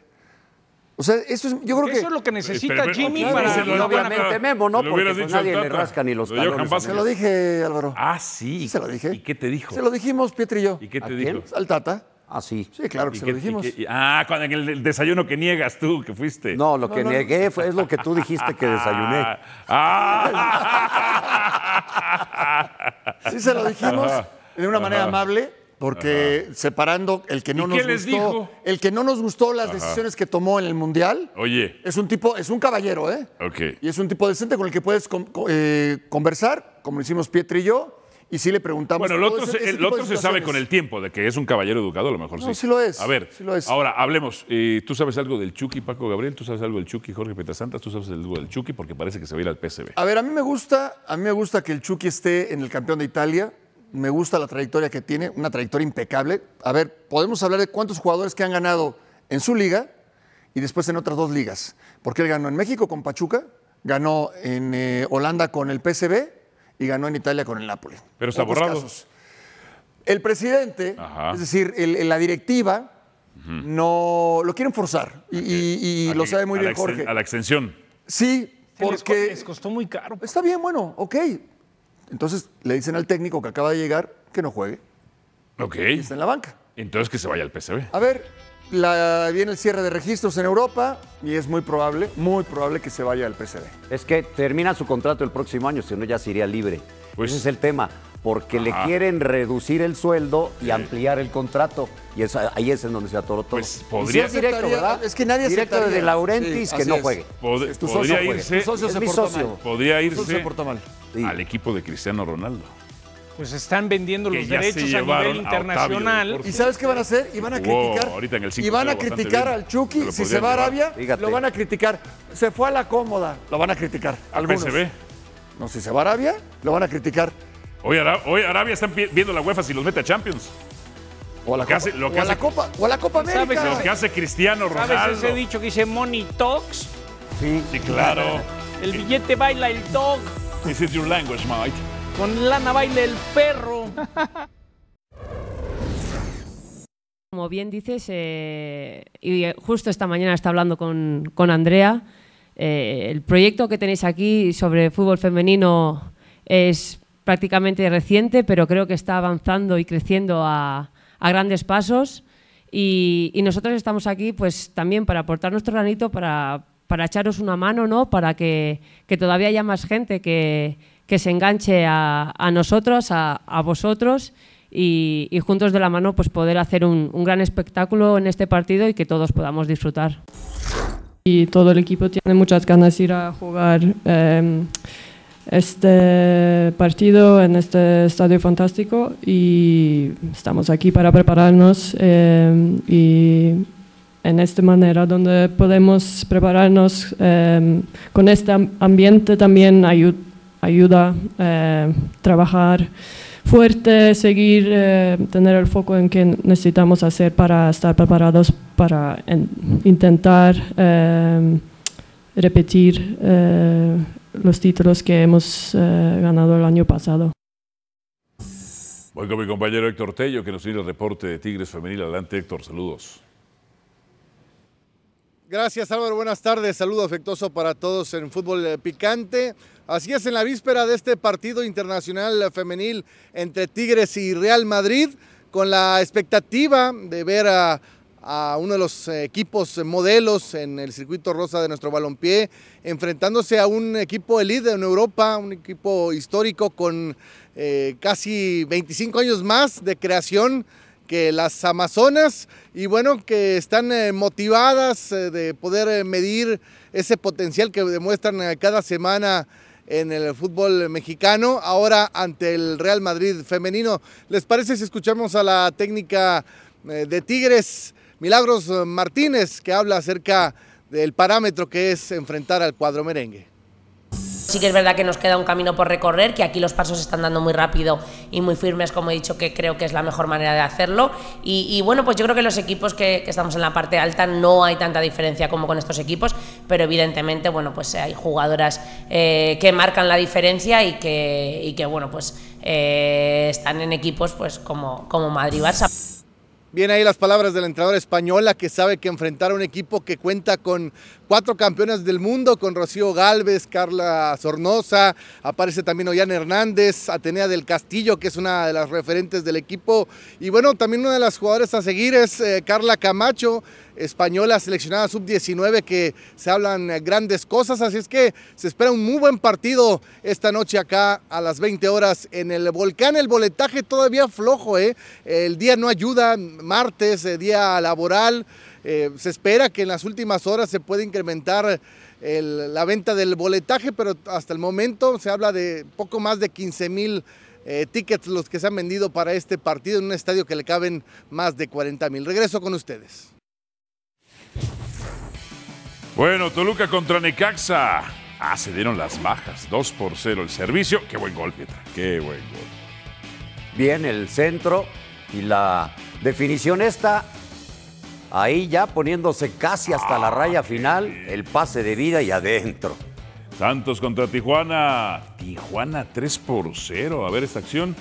Speaker 8: O sea, eso es, yo creo que,
Speaker 4: Eso es lo que necesita
Speaker 2: Espera, espera,
Speaker 4: Jimmy
Speaker 2: ok,
Speaker 4: para
Speaker 2: ese
Speaker 5: y
Speaker 2: lo-
Speaker 5: obviamente
Speaker 2: lo-
Speaker 5: Memo, ¿no?
Speaker 2: lo
Speaker 5: Porque,
Speaker 2: hubieras
Speaker 5: pues,
Speaker 2: dicho al
Speaker 5: nadie le
Speaker 2: Tata.
Speaker 5: rasca ni los
Speaker 2: Lo de Johan
Speaker 5: talones a
Speaker 2: Vázquez.
Speaker 8: se lo dije, Álvaro.
Speaker 10: Ah, sí.
Speaker 8: Sí, se lo dije.
Speaker 10: ¿Y qué te dijo?
Speaker 8: Se lo dijimos, Pietro y yo.
Speaker 10: ¿Y qué te
Speaker 5: ¿A
Speaker 10: dijo?
Speaker 5: quién?
Speaker 8: Al Tata.
Speaker 5: Ah, sí.
Speaker 8: Sí, claro que
Speaker 10: ¿Y
Speaker 8: se
Speaker 10: qué-
Speaker 8: lo
Speaker 10: y
Speaker 8: dijimos.
Speaker 10: qué- y- ah, cuando en el, el desayuno que niegas tú, que fuiste.
Speaker 5: No, lo que negué fue, es lo que tú dijiste que desayuné.
Speaker 10: Ah, ah.
Speaker 8: Sí, se lo dijimos de una manera amable, porque separando el que no
Speaker 2: ¿Y
Speaker 8: nos
Speaker 2: qué les
Speaker 8: gustó,
Speaker 2: dijo?
Speaker 8: el que no nos gustó las decisiones que tomó en el mundial.
Speaker 2: Oye,
Speaker 8: Es un tipo, es un caballero, ¿eh?
Speaker 2: Ok.
Speaker 8: Y es un tipo decente con el que puedes con- co- eh, conversar, como lo hicimos Pietro y yo, y sí le preguntamos.
Speaker 2: bueno, el
Speaker 8: todo
Speaker 2: otro,
Speaker 8: ese-
Speaker 2: se,
Speaker 8: ese
Speaker 2: el
Speaker 8: tipo de
Speaker 2: otro se sabe
Speaker 8: situaciones.
Speaker 2: con el tiempo de que es un caballero educado, a lo mejor
Speaker 8: No,
Speaker 2: sí.
Speaker 8: sí lo es,
Speaker 2: A ver,
Speaker 8: sí lo es.
Speaker 2: ahora hablemos. Eh, ¿Tú sabes algo del Chucky, Paco Gabriel? ¿Tú sabes algo del Chucky, Jorge Petasantas? ¿Tú sabes algo del Chucky? Porque parece que se va a ir al PSV.
Speaker 8: A ver, a mí me gusta, a mí me gusta que el Chucky esté en el campeón de Italia. Me gusta la trayectoria que tiene, una trayectoria impecable. A ver, podemos hablar de cuántos jugadores que han ganado en su liga y después en otras dos ligas. Porque él ganó en México con Pachuca, ganó en eh, Holanda con el PSV y ganó en Italia con el Napoli.
Speaker 2: Pero está
Speaker 8: Pocos
Speaker 2: borrado.
Speaker 8: casos. El presidente,
Speaker 2: Ajá.
Speaker 8: es decir, el- la directiva, no lo quieren forzar. Y, y- y
Speaker 2: A
Speaker 8: lo
Speaker 2: que-
Speaker 8: sabe muy
Speaker 2: a la
Speaker 8: bien
Speaker 2: exten-
Speaker 8: Jorge.
Speaker 2: A la extensión.
Speaker 8: Sí,
Speaker 4: Se les co-
Speaker 8: porque
Speaker 4: les costó muy caro. pues.
Speaker 8: Está bien, bueno, ok. Entonces le dicen al técnico que acaba de llegar que no juegue,
Speaker 2: Ok.
Speaker 8: que está en la banca.
Speaker 2: Entonces que se vaya al PSV.
Speaker 8: A ver, la- viene el cierre de registros en Europa y es muy probable, muy probable que se vaya al PCB.
Speaker 5: Es que termina su contrato el próximo año, si no ya se iría libre.
Speaker 2: Pues-
Speaker 5: Ese es el tema, porque le quieren reducir el sueldo y ampliar el contrato. Y es- ahí es en donde se atoró todo.
Speaker 2: Pues
Speaker 5: Y sí
Speaker 2: podría-
Speaker 5: es directo,
Speaker 8: Aceptaría-
Speaker 5: ¿verdad?
Speaker 8: es que nadie
Speaker 5: Directo
Speaker 8: aceptaría.
Speaker 5: de Laurentis
Speaker 8: Sí,
Speaker 5: que
Speaker 8: así
Speaker 5: no
Speaker 8: es.
Speaker 5: juegue.
Speaker 2: Pod-
Speaker 8: Es tu socio,
Speaker 2: podría
Speaker 8: juega.
Speaker 2: irse,
Speaker 8: Tu socio
Speaker 5: es
Speaker 8: se
Speaker 5: mi
Speaker 8: portó
Speaker 5: socio.
Speaker 8: mal.
Speaker 2: podría
Speaker 8: Tu socio
Speaker 2: irse
Speaker 8: se portó mal.
Speaker 5: Sí.
Speaker 2: al equipo de Cristiano Ronaldo.
Speaker 4: Pues están vendiendo
Speaker 2: Que
Speaker 4: los
Speaker 2: ya se
Speaker 4: derechos a
Speaker 2: llevaron
Speaker 4: nivel
Speaker 2: a Otavio de
Speaker 4: internacional.
Speaker 2: Porto.
Speaker 8: ¿Y sabes qué van a hacer? Y van a
Speaker 2: Jugó
Speaker 8: criticar.
Speaker 2: Oh, ahorita en el cinco,
Speaker 8: y van a
Speaker 2: estuvo bastante
Speaker 8: criticar
Speaker 2: bien.
Speaker 8: al Chucky.
Speaker 2: Se lo
Speaker 8: Si se
Speaker 2: podrían
Speaker 8: va a
Speaker 2: llevar.
Speaker 8: Arabia,
Speaker 5: Fíjate.
Speaker 8: lo van a criticar. Se fue a la cómoda, lo van a criticar.
Speaker 2: Al
Speaker 8: Algunos.
Speaker 2: PSV.
Speaker 8: No, si se va a Arabia, lo van a criticar.
Speaker 2: Hoy, Ara- hoy Arabia están pi- viendo la UEFA si los mete a Champions.
Speaker 8: O a la
Speaker 2: Lo que
Speaker 8: Copa,
Speaker 2: hace- lo que
Speaker 8: o a la
Speaker 2: hace-
Speaker 8: Copa, o a la Copa
Speaker 4: ¿Sabes
Speaker 8: América.
Speaker 2: Lo que hace Cristiano
Speaker 4: ¿Sabes ese
Speaker 2: Ronaldo.
Speaker 4: dicho que dice Money Talks?
Speaker 2: Sí, claro.
Speaker 4: El billete baila el dog,
Speaker 2: This is your language, mate.
Speaker 4: con lana baila el perro.
Speaker 11: Como bien dices, eh, y eh, justo esta mañana está hablando con, con Andrea, eh, el proyecto que tenéis aquí sobre fútbol femenino es prácticamente reciente, pero creo que está avanzando y creciendo a, a grandes pasos. Y, y nosotros estamos aquí pues también para aportar nuestro granito, para, para echaros una mano, ¿no? para que, que todavía haya más gente que, que se enganche a, a nosotros, a, a vosotros, y, y juntos de la mano pues poder hacer un, un gran espectáculo en este partido y que todos podamos disfrutar.
Speaker 12: y todo el equipo tiene muchas ganas de ir a jugar eh, este partido en este estadio fantástico y estamos aquí para prepararnos eh, y en esta manera donde em, podemos prepararnos eh, con este am- ambiente también ayu- ayuda eh, trabajar fuerte, seguir, eh, tener el foco en qué necesitamos hacer para estar preparados para en- intentar eh, repetir eh, los títulos que hemos eh, ganado el año pasado.
Speaker 2: Voy con mi compañero Héctor Tello, que nos tiene el reporte de Tigres Femenil. Adelante, Héctor, saludos.
Speaker 13: Gracias Álvaro, buenas tardes, saludo afectuoso para todos en Fútbol eh, Picante. Así es, en la víspera de este partido internacional eh, femenil entre Tigres y Real Madrid, con la expectativa de ver a, a uno de los eh, equipos eh, modelos en el circuito rosa de nuestro balompié, enfrentándose a un equipo elite en Europa, un equipo histórico con eh, casi 25 años más de creación que las amazonas y bueno, que están eh, motivadas eh, de poder eh, medir ese potencial que demuestran eh, cada semana en el fútbol mexicano, ahora ante el Real Madrid femenino. ¿Les parece si escuchamos a la técnica eh, de Tigres, Milagros eh, Martínez, que habla acerca del parámetro que es enfrentar al cuadro merengue?
Speaker 14: Sí que es verdad que nos queda un camino por recorrer, que aquí los pasos se están dando muy rápido y muy firmes, como he dicho, que creo que es la mejor manera de hacerlo. Y, y bueno, pues yo creo que los equipos que, que estamos en la parte alta no hay tanta diferencia como con estos equipos, pero evidentemente, bueno, pues hay jugadoras eh, que marcan la diferencia y que, y que bueno, pues eh, están en equipos pues como, como Madrid-Barça.
Speaker 13: Bien ahí las palabras de la entrenadora española que sabe que enfrentar a un equipo que cuenta con cuatro campeonas del mundo, con Rocío Galvez, Carla Sornosa, aparece también Ollana Hernández, Atenea del Castillo, que es una de las referentes del equipo. Y bueno, también una de las jugadoras a seguir es eh, Carla Camacho, española seleccionada sub-19, que se hablan eh, grandes cosas. Así es que se espera un muy buen partido esta noche acá a las 20 horas en el Volcán. El boletaje todavía flojo, ¿eh? El día no ayuda, martes, eh, día laboral. Eh, se espera que en las últimas horas se pueda incrementar el- la venta del boletaje, pero hasta el momento se habla de poco más de 15 mil eh, tickets los que se han vendido para este partido en un estadio que le caben más de 40 mil. Regreso con ustedes.
Speaker 2: Bueno, Toluca contra Necaxa. Ah, se dieron las bajas. 2 por 0 el servicio. Qué buen gol, Pietra. Qué buen gol.
Speaker 5: Bien, el centro y la definición esta. Ahí ya poniéndose casi hasta
Speaker 2: Ah,
Speaker 5: la raya final, el pase de vida y adentro.
Speaker 2: Santos contra Tijuana. Tijuana 3 por 0. A ver esta acción.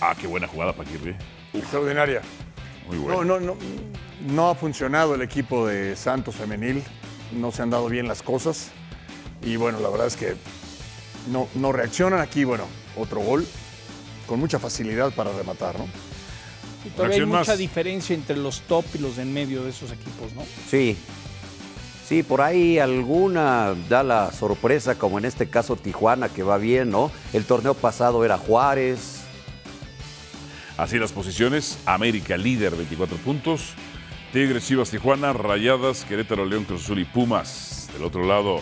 Speaker 2: Ah, qué buena jugada, Paquirri.
Speaker 8: Extraordinaria.
Speaker 2: Muy buena.
Speaker 8: No, no, no, no ha funcionado el equipo de Santos Femenil. No se han dado bien las cosas. Y bueno, la verdad es que no, no reaccionan aquí. Bueno, otro gol con mucha facilidad para rematar, ¿no?
Speaker 4: Y todavía hay mucha diferencia entre los top y los de en medio de esos equipos, ¿no?
Speaker 5: Sí. Sí, por ahí alguna da la sorpresa, como en este caso Tijuana, que va bien, ¿no? El torneo pasado era Juárez.
Speaker 2: Así las posiciones. América líder, 24 puntos. Tigres, Chivas, Tijuana, Rayadas, Querétaro, León, Cruz Azul y Pumas. Del otro lado,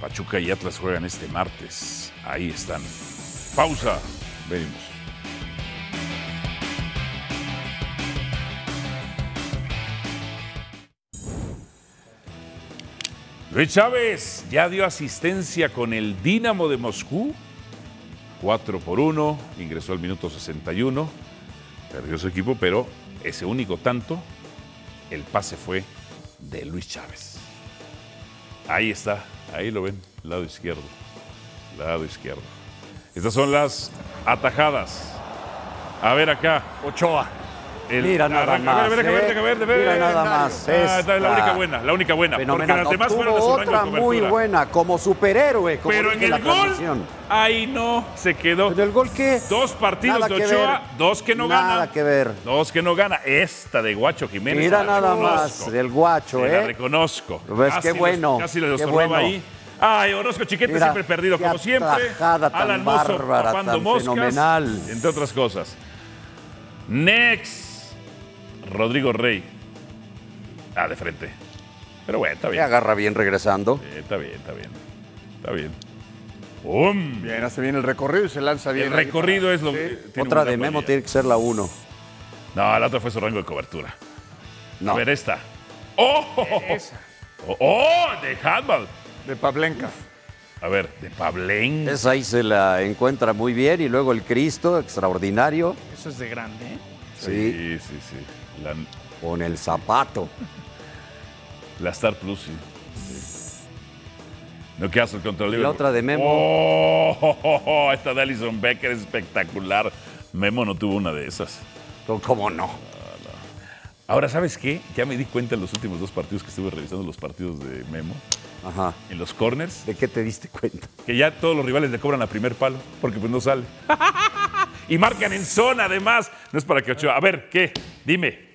Speaker 2: Pachuca y Atlas juegan este martes. Ahí están. Pausa. Venimos. Luis Chávez ya dio asistencia con el Dinamo de Moscú. 4 por 1, ingresó al minuto 61, perdió su equipo, pero ese único tanto, el pase fue de Luis Chávez. Ahí está, ahí lo ven, lado izquierdo, lado izquierdo. Estas son las atajadas. A ver acá.
Speaker 8: Ochoa.
Speaker 5: Mira nada más,
Speaker 2: A ver, a
Speaker 5: ¿eh?
Speaker 2: ver, a ver, a ver,
Speaker 5: Mira
Speaker 2: a ver.
Speaker 5: nada más,
Speaker 2: Ah, esta es la
Speaker 5: esta.
Speaker 2: única buena, la única buena. Porque
Speaker 5: Fenomenal.
Speaker 2: las demás fueron
Speaker 5: Obtuvo
Speaker 2: de su rango de
Speaker 5: otra muy
Speaker 2: cobertura.
Speaker 5: buena, como superhéroe. como
Speaker 2: Pero en
Speaker 5: dice la
Speaker 2: el gol,
Speaker 5: transmisión.
Speaker 2: ahí no se quedó.
Speaker 5: ¿Pero el gol qué?
Speaker 2: Dos partidos
Speaker 5: Nada
Speaker 2: de
Speaker 5: que
Speaker 2: Ochoa,
Speaker 5: ver.
Speaker 2: dos que no
Speaker 5: Nada
Speaker 2: ganan.
Speaker 5: que ver.
Speaker 2: Dos que no gana. Esta de Guacho Jiménez.
Speaker 5: Mira
Speaker 2: se la
Speaker 5: nada
Speaker 2: reconozco.
Speaker 5: más, del guacho,
Speaker 2: Se la
Speaker 5: ¿eh?
Speaker 2: reconozco.
Speaker 5: Ves,
Speaker 2: Casi
Speaker 5: qué
Speaker 2: los-
Speaker 5: bueno,
Speaker 2: Casi los
Speaker 5: qué
Speaker 2: estorbaba
Speaker 5: bueno.
Speaker 2: ahí. Ay, Orozco Chiquete
Speaker 5: Mira,
Speaker 2: siempre perdido,
Speaker 5: qué
Speaker 2: como siempre.
Speaker 5: atajada tan
Speaker 2: Alan Mozo
Speaker 5: bárbara,
Speaker 2: tapando
Speaker 5: tan
Speaker 2: moscas,
Speaker 5: fenomenal.
Speaker 2: Entre otras cosas. Next. Rodrigo Rey. Ah, de frente. Pero bueno, está
Speaker 5: Se
Speaker 2: bien.
Speaker 5: agarra bien regresando.
Speaker 2: Eh, Está bien, está bien. Está bien. ¡Bum!
Speaker 8: Bien, hace bien el recorrido y se lanza bien.
Speaker 2: El recorrido es lo que. tiene
Speaker 5: Otra
Speaker 2: buena
Speaker 5: de Memo
Speaker 2: planilla.
Speaker 5: tiene que ser la 1.
Speaker 2: No, la otra fue su rango de cobertura.
Speaker 5: No.
Speaker 2: A ver, esta. ¡Oh! ¡Oh! ¡Oh! De handball.
Speaker 8: De Pablenka.
Speaker 2: A ver, de Pablén.
Speaker 5: Esa ahí se la encuentra muy bien. Y luego el Cristo, extraordinario.
Speaker 4: Eso es de grande, ¿eh?
Speaker 5: Sí,
Speaker 2: sí, sí.
Speaker 5: Con el zapato.
Speaker 2: La Star Plus, sí. No que hace el control libre.
Speaker 5: La otra de Memo.
Speaker 2: Oh, esta de Alison Becker es espectacular. Memo no tuvo una de esas.
Speaker 5: ¿Cómo no?
Speaker 2: Ahora, ¿sabes qué? Ya me di cuenta en los últimos dos partidos que estuve revisando los partidos de Memo.
Speaker 5: Ajá.
Speaker 2: En los corners.
Speaker 5: ¿De qué te diste cuenta?
Speaker 2: Que ya todos los rivales le cobran a primer palo, porque pues no sale. y marcan en zona, además. No es para que Ochoa. A ver, ¿qué? Dime.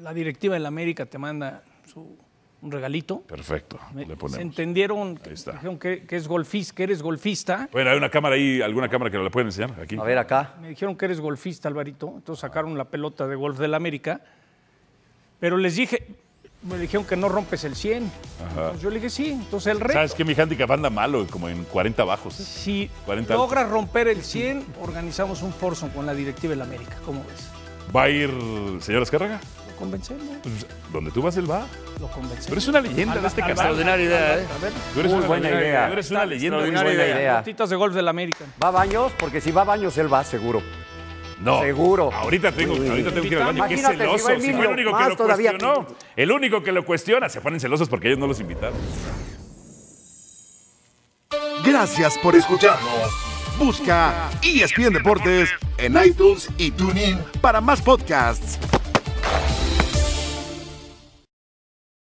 Speaker 4: La directiva del América te manda su- un regalito.
Speaker 2: Perfecto.
Speaker 4: Me-
Speaker 2: Le
Speaker 4: Se
Speaker 2: ponemos.
Speaker 4: entendieron que,
Speaker 2: está.
Speaker 4: dijeron que, que es golfis- que eres golfista.
Speaker 2: Bueno, hay una cámara ahí, alguna cámara que la pueden enseñar aquí.
Speaker 5: A ver, acá.
Speaker 4: Me dijeron que eres golfista, Alvarito. Entonces sacaron la pelota de golf del América. Pero les dije, me dijeron que no rompes el 100.
Speaker 2: Ajá.
Speaker 4: Entonces yo le dije, sí. Entonces el reto,
Speaker 2: ¿Sabes qué? Mi handicap anda malo, como en 40 bajos.
Speaker 4: Sí.
Speaker 2: 40 altos.
Speaker 4: logras romper el 100, organizamos un foursome con la directiva del América. ¿Cómo ves?
Speaker 2: ¿Va a ir señor Azcárraga?
Speaker 4: Lo convencemos,
Speaker 2: Pues, Donde tú vas, él va.
Speaker 4: lo convencemos.
Speaker 2: Pero es una leyenda de este canal.
Speaker 4: Extraordinaria idea, ¿eh?
Speaker 2: Tú eres
Speaker 5: Muy
Speaker 2: una
Speaker 5: buena
Speaker 2: leyenda,
Speaker 5: idea.
Speaker 2: Tú eres una leyenda.
Speaker 5: Extraordinaria
Speaker 2: Muy buena
Speaker 5: idea.
Speaker 4: Pelotitas de golf del América.
Speaker 5: ¿Va a baños? Porque si va a baños, él va seguro.
Speaker 2: No.
Speaker 5: Seguro.
Speaker 2: Ahorita tengo, ahorita tengo que ir al baño. Qué
Speaker 5: Imagínate si va
Speaker 2: celoso. Si fue
Speaker 5: Emilio,
Speaker 2: el único que
Speaker 5: más
Speaker 2: lo
Speaker 5: todavía.
Speaker 2: cuestionó. El único que lo cuestiona. Se ponen celosos porque ellos no los invitaron.
Speaker 1: Gracias por escucharnos. Busca ESPN Deportes en iTunes y TuneIn para más podcasts.